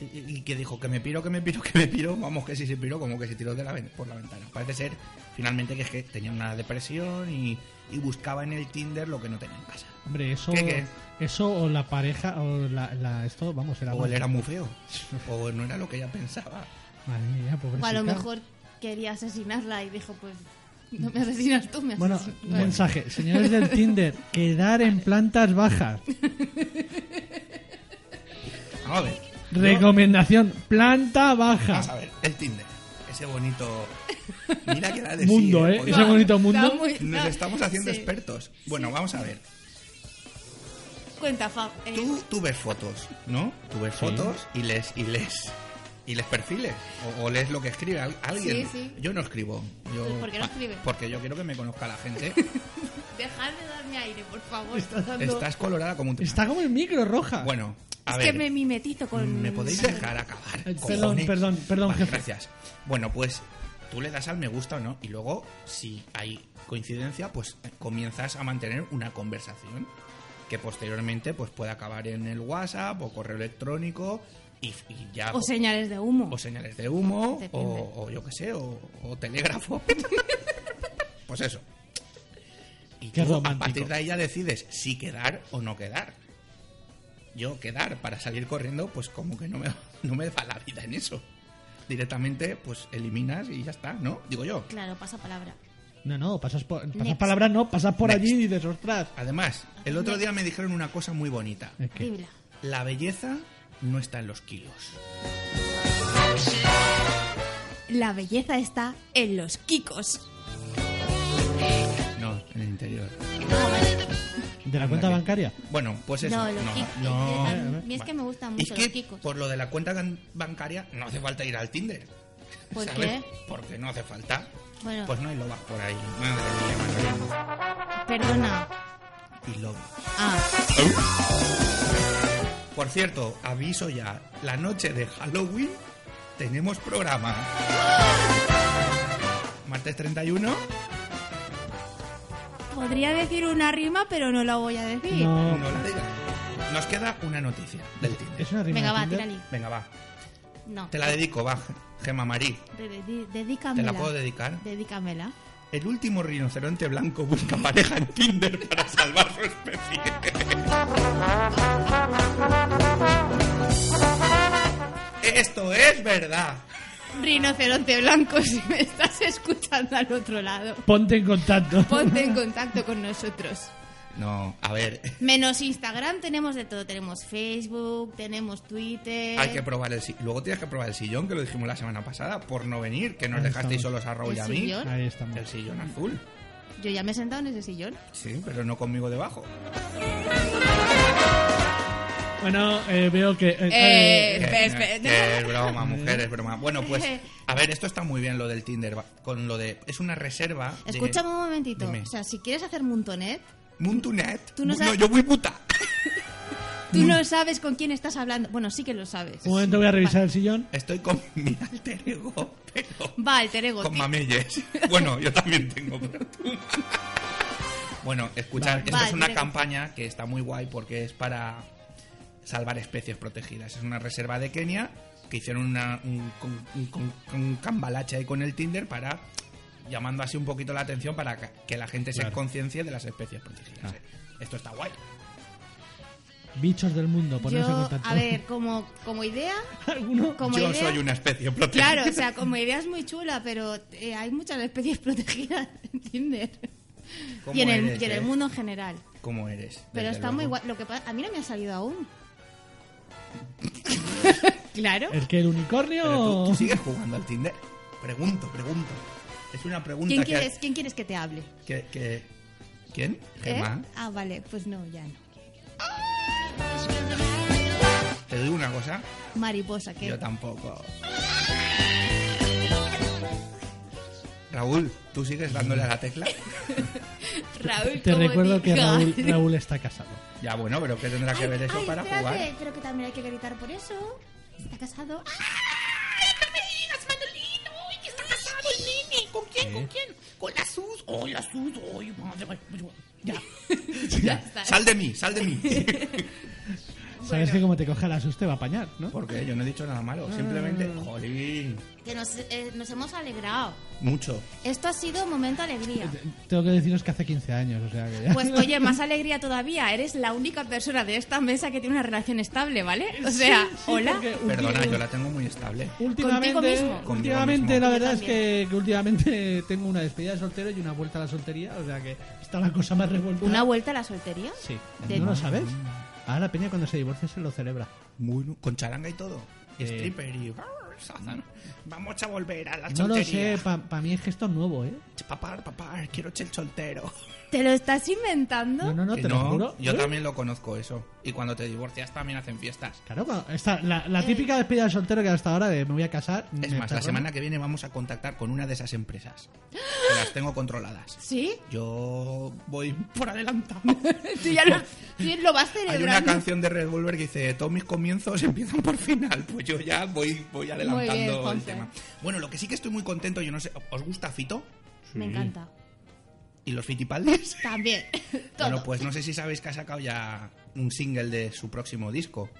[SPEAKER 2] y, y que dijo que me piro, que me piro, que me piro, vamos que sí se piró, como que se tiró de la ven- por la ventana. Parece ser finalmente que es que tenía una depresión y, y buscaba en el Tinder lo que no tenía en casa.
[SPEAKER 3] Hombre, eso...
[SPEAKER 2] ¿Qué, qué?
[SPEAKER 3] Eso o la pareja o la... la- esto, vamos, era...
[SPEAKER 2] O él era muy feo, o no era lo que ella pensaba.
[SPEAKER 3] Madre mía, pobrecita.
[SPEAKER 6] O a lo mejor quería asesinarla y dijo, pues no me asesinas tú, me
[SPEAKER 3] Bueno,
[SPEAKER 6] asesinas.
[SPEAKER 3] un mensaje. Señores del Tinder, quedar en plantas bajas.
[SPEAKER 2] Vamos a ver,
[SPEAKER 3] Recomendación, planta
[SPEAKER 2] vamos a
[SPEAKER 3] baja.
[SPEAKER 2] ver, el Tinder, ese bonito... Mira que da de sí,
[SPEAKER 3] Mundo, ¿eh?
[SPEAKER 2] Podemos-
[SPEAKER 3] Ese bonito
[SPEAKER 6] Está
[SPEAKER 3] mundo.
[SPEAKER 6] muy-
[SPEAKER 2] Nos
[SPEAKER 6] está-
[SPEAKER 2] estamos haciendo
[SPEAKER 6] sí.
[SPEAKER 2] expertos. Bueno, vamos a ver.
[SPEAKER 6] Cuenta, Fab. eh,
[SPEAKER 2] Tú, tú ves fotos, ¿no? Tú ves
[SPEAKER 3] Sí.
[SPEAKER 2] fotos y les y les y les perfiles o, o lees lo que escribe al-
[SPEAKER 6] Sí,
[SPEAKER 2] alguien.
[SPEAKER 6] sí.
[SPEAKER 2] Yo no escribo. Yo,
[SPEAKER 6] Pues, ¿por qué no escribes?
[SPEAKER 2] Porque yo quiero que me conozca la gente.
[SPEAKER 6] Dejad de darme aire, por favor.
[SPEAKER 3] Está, dando-
[SPEAKER 2] Estás colorada como un tomate.
[SPEAKER 3] está como el micro roja.
[SPEAKER 2] Bueno, a
[SPEAKER 4] es
[SPEAKER 2] ver.
[SPEAKER 4] que me mimetizo con...
[SPEAKER 2] ¿Me podéis dejar acabar?
[SPEAKER 3] Eh, perdón,
[SPEAKER 2] cojones?
[SPEAKER 3] perdón, perdón,
[SPEAKER 2] Vale,
[SPEAKER 3] jefe.
[SPEAKER 2] Gracias. Bueno, pues tú le das al me gusta o no, y luego, si hay coincidencia, pues eh, comienzas a mantener una conversación que posteriormente pues puede acabar en el WhatsApp o correo electrónico y, y ya.
[SPEAKER 4] O señales de humo.
[SPEAKER 2] o señales de humo,
[SPEAKER 6] Depende.
[SPEAKER 2] o, o yo qué sé, o, o telégrafo. pues eso. Y
[SPEAKER 3] Qué
[SPEAKER 2] tú, a
[SPEAKER 3] romántico.
[SPEAKER 2] partir de ahí ya decides si quedar o no quedar. Yo quedar para salir corriendo, pues como que no me, no me da la vida en eso. Directamente, pues eliminas y ya está, ¿no? Digo yo.
[SPEAKER 4] Claro, pasa palabra.
[SPEAKER 3] No, no, pasas por... Pasas
[SPEAKER 4] Next.
[SPEAKER 3] palabras, no, pasas por
[SPEAKER 2] Next.
[SPEAKER 3] allí y dices, ostras.
[SPEAKER 2] Además, el otro día me dijeron una cosa muy bonita.
[SPEAKER 3] Es que-
[SPEAKER 4] Biblia.
[SPEAKER 2] La belleza no está en los kilos.
[SPEAKER 4] La belleza está en los kikos.
[SPEAKER 2] No, en el interior.
[SPEAKER 3] ¿De la cuenta
[SPEAKER 2] que-
[SPEAKER 3] bancaria?
[SPEAKER 2] Bueno, pues eso.
[SPEAKER 4] No, los kikos.
[SPEAKER 2] no.
[SPEAKER 4] A mí es que me gustan mucho
[SPEAKER 2] es que
[SPEAKER 4] los kikos.
[SPEAKER 2] por lo de la cuenta gan- bancaria no hace falta ir al Tinder.
[SPEAKER 4] ¿Por
[SPEAKER 2] ¿sabes?
[SPEAKER 4] qué?
[SPEAKER 2] Porque no hace falta.
[SPEAKER 4] Bueno.
[SPEAKER 2] Pues no hay lobas por ahí. Madre mía, madre mía.
[SPEAKER 4] Perdona.
[SPEAKER 2] Y lobas.
[SPEAKER 4] Ah,
[SPEAKER 2] Por cierto, aviso ya, la noche de Halloween tenemos programa. Martes 31.
[SPEAKER 4] Podría decir una rima, pero no la voy a decir.
[SPEAKER 3] No.
[SPEAKER 2] No la digas. Nos queda una noticia del Tinder.
[SPEAKER 3] Es una rima
[SPEAKER 6] Venga,
[SPEAKER 3] de
[SPEAKER 6] va,
[SPEAKER 3] Tinder.
[SPEAKER 6] tírale.
[SPEAKER 2] Venga, va.
[SPEAKER 6] No.
[SPEAKER 2] Te la dedico, va, Gema Marí.
[SPEAKER 6] De- de- de- dedícamela.
[SPEAKER 2] ¿Te la puedo dedicar?
[SPEAKER 6] Dedícamela.
[SPEAKER 2] El último rinoceronte blanco busca pareja en Tinder para salvar su especie. Esto es verdad.
[SPEAKER 6] Rinoceronte blanco, si me estás escuchando al otro lado,
[SPEAKER 3] Ponte en contacto.
[SPEAKER 6] ponte en contacto con nosotros.
[SPEAKER 2] No, a ver,
[SPEAKER 6] Menos Instagram, tenemos de todo. Tenemos Facebook, tenemos Twitter.
[SPEAKER 2] hay que probar el si- Luego tienes que probar el sillón, que lo dijimos la semana pasada, por no venir, que nos
[SPEAKER 3] Ahí
[SPEAKER 2] dejasteis
[SPEAKER 3] estamos.
[SPEAKER 2] solos a Raúl y
[SPEAKER 6] ¿El
[SPEAKER 2] a mí.
[SPEAKER 6] sillón?
[SPEAKER 3] Ahí estamos.
[SPEAKER 2] El sillón azul.
[SPEAKER 6] Yo ya me he sentado en ese sillón.
[SPEAKER 2] Sí, pero no conmigo debajo.
[SPEAKER 3] Bueno, eh, veo que. eh,
[SPEAKER 6] Eh,
[SPEAKER 3] eh,
[SPEAKER 6] Espe- espe-
[SPEAKER 2] Que es broma, mujer, es broma. Bueno, pues, a ver, esto está muy bien lo del Tinder, va- con lo de... Es una reserva de-
[SPEAKER 6] Escúchame un momentito.
[SPEAKER 2] Dime.
[SPEAKER 6] O sea, si quieres hacer Muntonet,
[SPEAKER 2] Muntunet.
[SPEAKER 6] Tú no
[SPEAKER 2] Bu-
[SPEAKER 6] sabes-
[SPEAKER 2] yo voy puta. Mm.
[SPEAKER 6] tú no sabes con quién estás hablando. Bueno, sí que lo sabes.
[SPEAKER 3] un momento voy a revisar el sillón.
[SPEAKER 2] Estoy con mi alter ego, pero
[SPEAKER 6] Va, alter ego.
[SPEAKER 2] con
[SPEAKER 6] ti-
[SPEAKER 2] mameyes. Bueno, yo también tengo, pero tú. Bueno, escuchad, esto
[SPEAKER 6] Vale,
[SPEAKER 2] es una
[SPEAKER 6] creo-
[SPEAKER 2] campaña que está muy guay porque es para salvar especies protegidas. Es una reserva de Kenia que hicieron una, un, con- un con- un cambalache ahí con el Tinder para llamando así un poquito la atención para ca- que la gente se
[SPEAKER 3] Claro.
[SPEAKER 2] conciencie de las especies protegidas. ¿eh? Esto está guay.
[SPEAKER 3] Bichos del mundo, poneros en
[SPEAKER 6] Yo,
[SPEAKER 3] contacto.
[SPEAKER 6] a ver, como, como idea,
[SPEAKER 3] ¿Alguno?
[SPEAKER 6] como
[SPEAKER 2] Yo
[SPEAKER 6] idea,
[SPEAKER 2] soy una especie protegida.
[SPEAKER 6] claro, o sea, como idea es muy chula, pero eh, hay muchas especies protegidas en Tinder
[SPEAKER 2] ¿Cómo
[SPEAKER 6] y en, el,
[SPEAKER 2] eres,
[SPEAKER 6] y en el
[SPEAKER 2] eh?
[SPEAKER 6] mundo en general.
[SPEAKER 2] ¿Cómo eres?
[SPEAKER 6] Pero
[SPEAKER 2] Desde
[SPEAKER 6] está
[SPEAKER 2] luego.
[SPEAKER 6] muy guay. Lo que pa- a mí no me ha salido aún. claro.
[SPEAKER 3] ¿El que el
[SPEAKER 2] Pero tú,
[SPEAKER 3] unicornio?
[SPEAKER 2] tú sigues jugando al Tinder. Pregunto, pregunto. Es una pregunta
[SPEAKER 6] ¿Quién
[SPEAKER 2] que,
[SPEAKER 6] quieres, ¿Quién quieres que te hable?
[SPEAKER 2] que- que- ¿Quién?
[SPEAKER 6] ¿Eh?
[SPEAKER 2] Gemma.
[SPEAKER 6] Ah, vale, pues no, ya no.
[SPEAKER 2] Te digo una cosa.
[SPEAKER 6] Mariposa, ¿qué?
[SPEAKER 2] Yo tampoco. Raúl, ¿tú sigues dándole a la tecla?
[SPEAKER 6] Raúl,
[SPEAKER 3] Te
[SPEAKER 6] como
[SPEAKER 3] recuerdo que
[SPEAKER 6] diga.
[SPEAKER 3] Raúl, Raúl está casado.
[SPEAKER 2] Ya, bueno, pero ¿qué tendrá que ver eso
[SPEAKER 5] Ay,
[SPEAKER 2] para
[SPEAKER 5] espérate,
[SPEAKER 2] jugar?
[SPEAKER 5] Pero que también hay que gritar por eso. Está casado. ¡Ah!
[SPEAKER 2] Ya, Sal de mí, sal de mí.
[SPEAKER 3] Sabes que como te coja el asuste va a apañar, ¿no?
[SPEAKER 2] Porque yo no he dicho nada malo. Simplemente, jolín,
[SPEAKER 4] Que nos, eh, nos hemos alegrado.
[SPEAKER 2] mucho.
[SPEAKER 4] Esto ha sido un momento de alegría.
[SPEAKER 3] Tengo que deciros que hace 15 años, o sea que ya.
[SPEAKER 4] Pues oye, más alegría todavía. Eres la única persona de esta mesa que tiene una relación estable, ¿vale? O sea, hola.
[SPEAKER 3] porque ulti-
[SPEAKER 2] Perdona, yo la tengo muy estable.
[SPEAKER 3] Últimamente,
[SPEAKER 4] Contigo mismo.
[SPEAKER 2] Conmigo
[SPEAKER 3] últimamente
[SPEAKER 2] mismo.
[SPEAKER 3] la verdad es que, que últimamente tengo una despedida de soltero y una vuelta a la soltería, o sea que está la cosa más revuelta.
[SPEAKER 4] ¿Una vuelta a la soltería?
[SPEAKER 3] Sí.
[SPEAKER 4] de-
[SPEAKER 3] ¿No lo sabes? Ahora la peña cuando se divorcia se lo celebra.
[SPEAKER 2] Muy- con charanga y todo. Y
[SPEAKER 3] Eh.
[SPEAKER 2] stripper y... Sazan. Vamos a volver a la
[SPEAKER 3] No lo
[SPEAKER 2] soltería.
[SPEAKER 3] sé, para mí es que esto es nuevo, ¿eh?
[SPEAKER 2] Papar, papar, quiero ser soltero.
[SPEAKER 4] ¿Te lo estás inventando?
[SPEAKER 3] No, no, no,
[SPEAKER 2] Que
[SPEAKER 3] te lo juro.
[SPEAKER 2] yo
[SPEAKER 3] ¿Eh?
[SPEAKER 2] también lo conozco eso. Y cuando te divorcias también hacen fiestas.
[SPEAKER 3] Claro, cuando- esta- la,
[SPEAKER 7] Eh.
[SPEAKER 3] la típica despedida de soltero que hasta ahora de me voy a casar.
[SPEAKER 2] Es
[SPEAKER 3] me
[SPEAKER 2] más, la
[SPEAKER 3] perdono.
[SPEAKER 2] semana que viene vamos a contactar con una de esas empresas. Que las tengo controladas.
[SPEAKER 6] ¿Sí?
[SPEAKER 2] Yo voy por adelantado.
[SPEAKER 6] Tú ya lo, tú lo vas
[SPEAKER 2] Hay una
[SPEAKER 6] celebrando.
[SPEAKER 2] canción de Revolver que dice todos mis comienzos empiezan por final. Pues yo ya voy, voy adelantando
[SPEAKER 6] bien,
[SPEAKER 2] el
[SPEAKER 6] Juanfe.
[SPEAKER 2] tema. Bueno, lo que sí que estoy muy contento, yo no sé, ¿os gusta Fito?
[SPEAKER 6] Me encanta.
[SPEAKER 2] ¿Y los Fitipaldis?
[SPEAKER 6] También. Todo.
[SPEAKER 2] Bueno, pues no sé si sabéis que ha sacado ya un single de su próximo disco.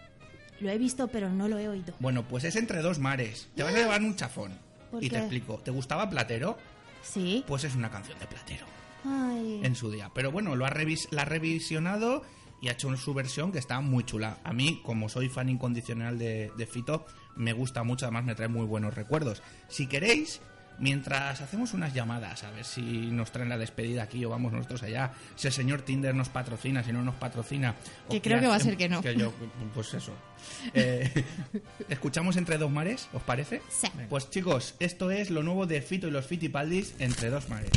[SPEAKER 4] Lo he visto, pero no lo he oído.
[SPEAKER 2] Bueno, pues es entre dos mares. Te vas a llevar un chafón.
[SPEAKER 6] ¿Por
[SPEAKER 2] Y te
[SPEAKER 6] qué?
[SPEAKER 2] explico. ¿Te gustaba Platero?
[SPEAKER 6] Sí.
[SPEAKER 2] Pues es una canción de Platero
[SPEAKER 6] Ay.
[SPEAKER 2] en su día. Pero bueno, lo ha revis- la ha revisionado y ha hecho su versión que está muy chula. A mí, como soy fan incondicional de, de Fito, me gusta mucho, además me trae muy buenos recuerdos. Si queréis, mientras hacemos unas llamadas, a ver si nos traen la despedida aquí o vamos nosotros allá, si el señor Tinder nos patrocina, si no nos patrocina... o
[SPEAKER 6] Que
[SPEAKER 2] qué
[SPEAKER 6] creo que va a
[SPEAKER 2] hacemos-
[SPEAKER 6] ser que no.
[SPEAKER 2] yo- pues eso. Eh, ¿Escuchamos Entre dos mares? ¿Os parece?
[SPEAKER 6] Sí.
[SPEAKER 2] Pues chicos, esto es lo nuevo de Fito y los Fitipaldis, Entre dos mares.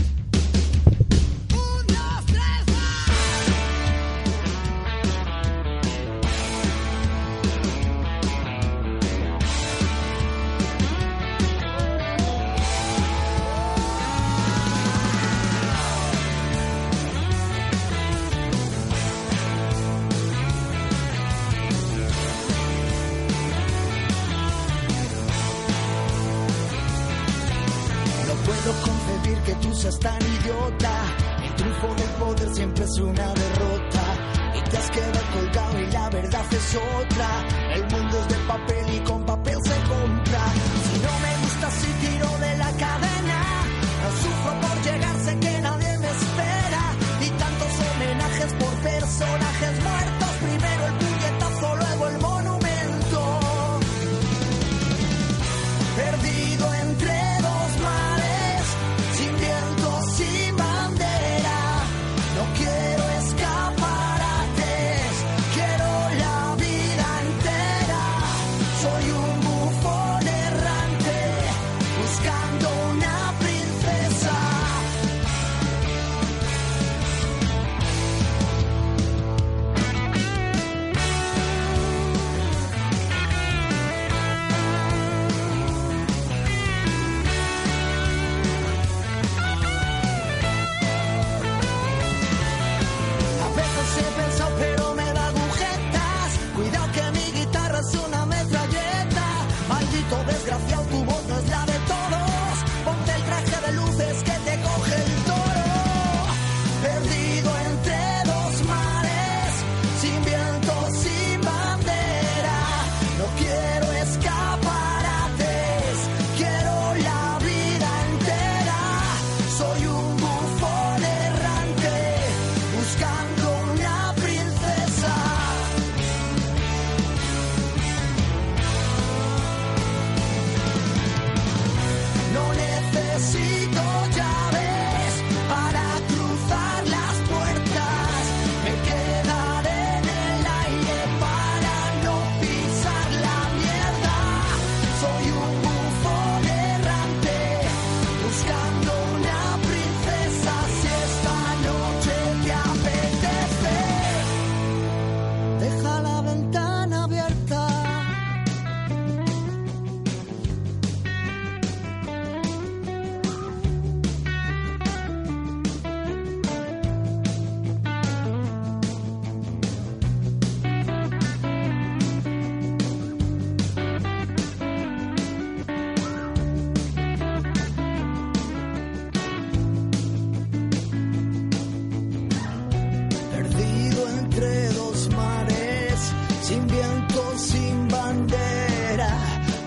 [SPEAKER 8] Entre dos mares, siempre es una derrota. Y te has quedado colgado y la verdad es otra. El mundo es de papel y con papel se compra. Si no me gusta, si tiro de la cadena. No sufro por llegar, sé que nadie me espera. Y tantos homenajes por personajes muertos. Primero el puñetazo, luego el monumento. Perdido entre dos mares, sin viento, sin bandera. No quiero escaparates, quiero la vida entera. Soy un bufón errante, buscando una princesa. A veces he pensado, pero me da agujetas. Cuidado que mi guitarra es una metralleta. Maldito desgraciado, tu voz no es la de todos. Ponte el traje de luces que te coge el toro. Perdido entre dos mares, sin viento, sin bandera. No quiero escaparates, quiero la vida entera. Soy un bufón errante buscando una princesa. No necesito llaves para cruzar las puertas. Me quedaré en el aire para no pisar la mierda. Soy un bufón errante buscando una princesa. Si esta noche te apetece, deja la ventana abierta.
[SPEAKER 9] perdido entre dos mares, sin viento, sin bandera.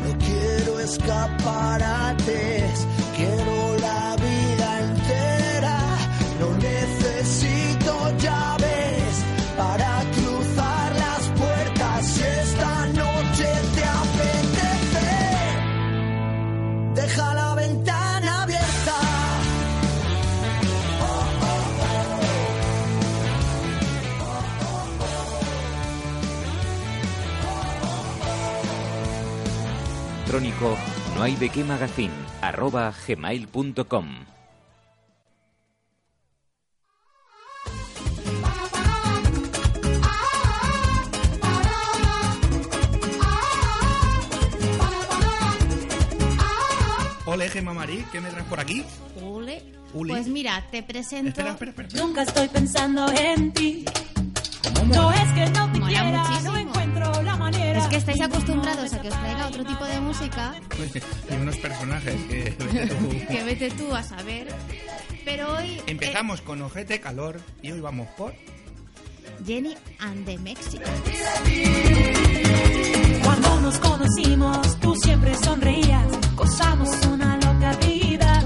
[SPEAKER 9] No quiero escaparates, quiero la vida entera. No necesito llaves para cruzar las puertas. Si esta noche te apetece, deja la ventana abierta.
[SPEAKER 1] Trónico no hay de qué magazine arroba gmail.com.
[SPEAKER 2] Ole, Gemma Marí, ¿qué me traes por aquí?
[SPEAKER 6] Ule.
[SPEAKER 2] Ule.
[SPEAKER 6] Pues mira, te presento.
[SPEAKER 2] Espera, espera, espera. espera.
[SPEAKER 10] Nunca estoy pensando en ti. No es que no te
[SPEAKER 6] Mola
[SPEAKER 10] quiera,
[SPEAKER 6] muchísimo.
[SPEAKER 10] no encuentro la manera.
[SPEAKER 6] Es que estáis acostumbrados a que os traiga otro tipo de música
[SPEAKER 2] Hay unos personajes
[SPEAKER 6] que
[SPEAKER 2] que...
[SPEAKER 6] vete tú a saber. Pero hoy. eh,
[SPEAKER 2] Empezamos con Ojete Calor y hoy vamos por...
[SPEAKER 6] Jenny and the Mexicans.
[SPEAKER 10] Cuando nos conocimos, tú siempre sonreías. Gozamos una loca vida.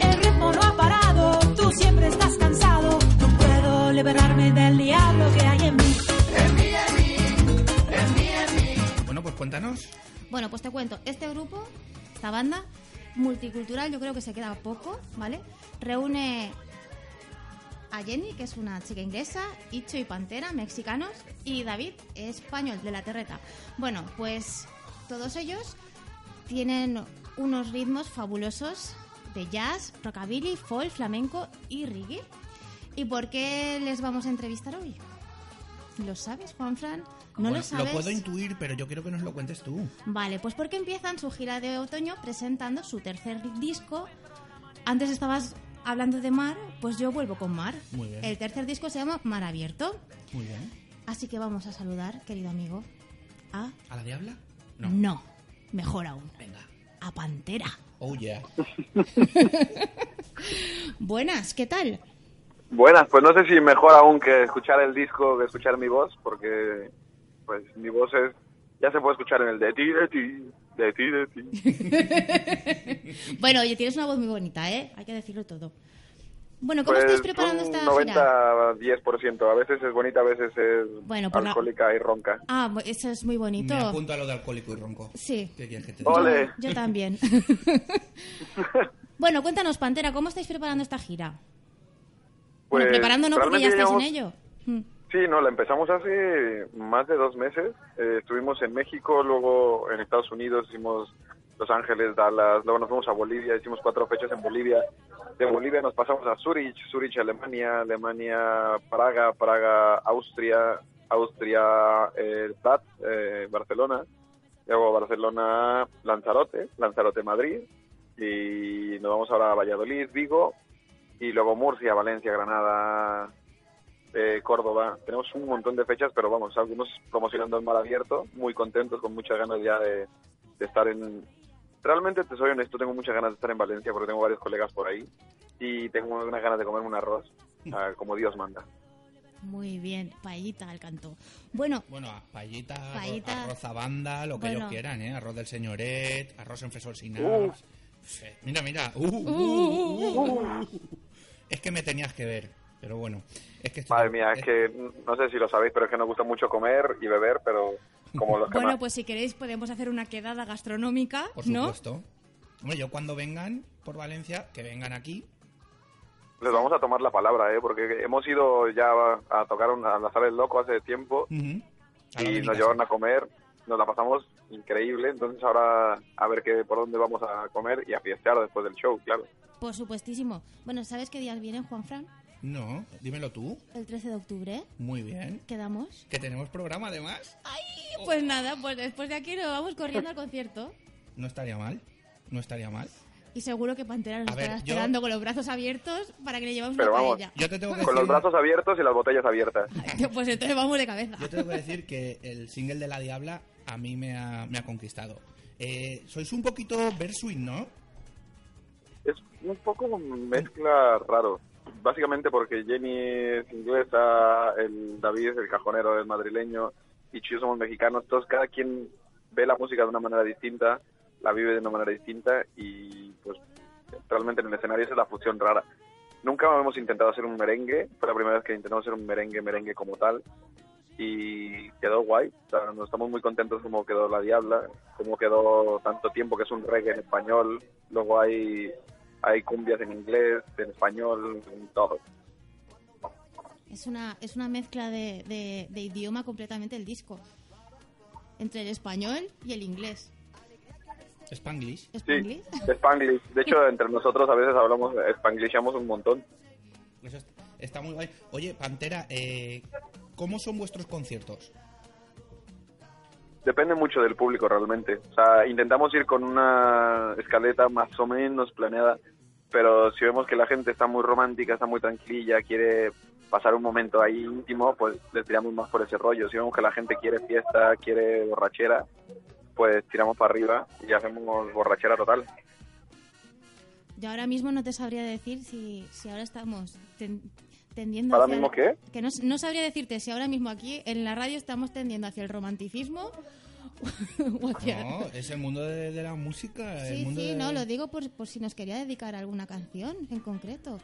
[SPEAKER 10] El ritmo no ha parado, tú siempre estás cansado. No puedo liberarme del diablo que hay en mí.
[SPEAKER 2] Bueno, pues cuéntanos.
[SPEAKER 6] Bueno, pues te cuento, este grupo, esta banda, multicultural, yo creo que se queda poco, ¿vale? Reúne a Jenny, que es una chica inglesa, Icho y Pantera, mexicanos, y David, español, de la terreta. Bueno, pues todos ellos tienen unos ritmos fabulosos de jazz, rockabilly, folk, flamenco y reggae. ¿Y por qué les vamos a entrevistar hoy? ¿Lo sabes, Juanfran? ¿No
[SPEAKER 2] Bueno,
[SPEAKER 6] lo sabes?
[SPEAKER 2] puedo intuir, pero yo quiero que nos lo cuentes tú.
[SPEAKER 6] Vale, pues porque empiezan su gira de otoño presentando su tercer disco. Antes estabas hablando de mar, pues yo vuelvo con mar.
[SPEAKER 2] Muy bien.
[SPEAKER 6] El tercer disco se llama Mar Abierto.
[SPEAKER 2] Muy bien.
[SPEAKER 6] Así que vamos a saludar, querido amigo, a...
[SPEAKER 2] ¿A la diabla?
[SPEAKER 6] No.
[SPEAKER 2] No.
[SPEAKER 6] mejor aún,
[SPEAKER 2] Venga.
[SPEAKER 6] a Pantera.
[SPEAKER 2] Oh, yeah.
[SPEAKER 6] Buenas, ¿qué tal?
[SPEAKER 11] Buenas, pues no sé si mejor aún que escuchar el disco que escuchar mi voz, porque pues mi voz es ya se puede escuchar en el de ti, de ti, de ti, de
[SPEAKER 6] ti. bueno, oye, tienes una voz muy bonita, ¿eh? Hay que decirlo todo. Bueno, ¿cómo
[SPEAKER 11] Pues,
[SPEAKER 6] estáis preparando
[SPEAKER 11] un
[SPEAKER 6] esta
[SPEAKER 11] 90
[SPEAKER 6] gira?
[SPEAKER 11] 10%, a veces es bonita, a veces es
[SPEAKER 6] Bueno, por la-
[SPEAKER 11] alcohólica y ronca.
[SPEAKER 6] Ah, bu- eso es muy bonito.
[SPEAKER 2] Me apunto a lo de alcohólico y ronco.
[SPEAKER 6] Sí.
[SPEAKER 2] ¿Qué quieres que te
[SPEAKER 6] Yo-
[SPEAKER 2] diga?
[SPEAKER 6] Yo, también. bueno, cuéntanos, Pantera, ¿cómo estáis preparando esta gira?
[SPEAKER 11] Pues,
[SPEAKER 6] bueno, preparándonos porque ya
[SPEAKER 11] realmente
[SPEAKER 6] estáis en
[SPEAKER 11] llevamos-
[SPEAKER 6] ello.
[SPEAKER 11] Sí, no, la empezamos hace más de dos meses. Eh, estuvimos en México, luego en Estados Unidos hicimos Los Ángeles, Dallas, luego nos fuimos a Bolivia, hicimos cuatro fechas en Bolivia. De Bolivia nos pasamos a Zurich, Zurich, Alemania, Alemania, Praga, Praga, Austria, Austria, eh, Prat, eh, Barcelona, luego Barcelona, Lanzarote, Lanzarote, Madrid, y nos vamos ahora a Valladolid, Vigo, y luego Murcia, Valencia, Granada, eh, Córdoba. Tenemos un montón de fechas, pero vamos, algunos promocionando en mar abierto, muy contentos, con muchas ganas ya de, de estar en... Realmente, te soy honesto, tengo muchas ganas de estar en Valencia porque tengo varios colegas por ahí y tengo unas ganas de comerme un arroz, ah, como Dios manda.
[SPEAKER 6] Muy bien, paellita al canto. Bueno,
[SPEAKER 2] Bueno, a- paellita, arro-
[SPEAKER 6] Paellita.
[SPEAKER 2] arroz a banda, lo que
[SPEAKER 6] Bueno.
[SPEAKER 2] ellos quieran, ¿eh? Arroz del señoret, arroz en fresol sin
[SPEAKER 11] Uh.
[SPEAKER 2] nabs. Eh, Mira, mira. Uh, uh, uh, uh. Es que me tenías que ver, pero bueno. Es que estoy-
[SPEAKER 11] Madre mía, es que no sé si lo sabéis, pero es que nos gusta mucho comer y beber, pero como los
[SPEAKER 6] bueno,
[SPEAKER 11] demás.
[SPEAKER 6] pues si queréis podemos hacer una quedada gastronómica,
[SPEAKER 2] Por
[SPEAKER 6] ¿no?
[SPEAKER 2] supuesto. Hombre, yo cuando vengan por Valencia, que vengan aquí.
[SPEAKER 11] Les vamos a tomar la palabra, ¿eh? porque hemos ido ya a tocar una- a la sala del loco hace tiempo
[SPEAKER 2] A la de
[SPEAKER 11] y
[SPEAKER 2] mi
[SPEAKER 11] nos
[SPEAKER 2] casa.
[SPEAKER 11] llevaron a comer, nos la pasamos increíble, entonces ahora a ver qué por dónde vamos a comer y a fiestear después del show, claro.
[SPEAKER 6] Por supuestísimo. Bueno, ¿sabes qué días vienen, Juanfran?
[SPEAKER 2] No, dímelo tú.
[SPEAKER 6] El 13 de octubre.
[SPEAKER 2] Muy bien.
[SPEAKER 6] ¿Quedamos?
[SPEAKER 2] Que tenemos programa además.
[SPEAKER 11] Oh.
[SPEAKER 6] Y Pues nada, pues después de aquí nos vamos corriendo al concierto.
[SPEAKER 2] No estaría mal. No estaría mal.
[SPEAKER 6] Y seguro que Pantera nos
[SPEAKER 2] A ver,
[SPEAKER 6] estará
[SPEAKER 2] yo-
[SPEAKER 6] esperando con los brazos abiertos para que le llevamos
[SPEAKER 11] Pero
[SPEAKER 6] una
[SPEAKER 11] vamos,
[SPEAKER 6] paella.
[SPEAKER 2] Yo te tengo que
[SPEAKER 11] con los
[SPEAKER 2] decir-
[SPEAKER 11] brazos abiertos y las botellas abiertas.
[SPEAKER 6] Pues entonces vamos de cabeza.
[SPEAKER 2] Yo tengo que decir que el single de La Diabla a mí me ha, me ha conquistado. Eh, sois un poquito Versuit, ¿no?
[SPEAKER 11] Es un poco mezcla raro, básicamente porque Jenny es inglesa, el David es el cajonero, el madrileño, y Chiu somos mexicanos, entonces cada quien ve la música de una manera distinta, la vive de una manera distinta y pues realmente en el escenario esa es la fusión rara. Nunca hemos intentado hacer un merengue, fue la primera vez que intentamos hacer un merengue, merengue como tal, y quedó guay. O sea, nos estamos muy contentos como quedó La Diabla, como quedó tanto tiempo que es un reggae en español, luego hay, hay cumbias en inglés, en español, en todo.
[SPEAKER 6] Es una, es una mezcla de, de- de idioma completamente el disco. Entre el español y el inglés.
[SPEAKER 2] Spanglish.
[SPEAKER 11] Sí, Spanglish. De hecho, entre nosotros a veces hablamos, spanglishamos un montón.
[SPEAKER 2] Eso es- está muy guay. Oye, Pantera, eh, ¿cómo son vuestros conciertos?
[SPEAKER 11] Depende mucho del público realmente. O sea, intentamos ir con una escaleta más o menos planeada, pero si vemos que la gente está muy romántica, está muy tranquila, quiere pasar un momento ahí íntimo, pues le tiramos más por ese rollo. Si vemos que la gente quiere fiesta, quiere borrachera, pues tiramos para arriba y hacemos borrachera total.
[SPEAKER 6] Yo ahora mismo no te sabría decir si, si ahora estamos ten- tendiendo
[SPEAKER 11] ¿Ahora
[SPEAKER 6] hacia
[SPEAKER 11] mismo qué?
[SPEAKER 6] Que no, no sabría decirte si ahora mismo aquí en la radio estamos tendiendo hacia el romanticismo o hacia...
[SPEAKER 2] No, es el mundo de, de la música. el
[SPEAKER 6] Sí,
[SPEAKER 2] mundo
[SPEAKER 6] sí,
[SPEAKER 2] de-
[SPEAKER 6] no, lo digo por, por si nos quería dedicar a alguna canción en concreto.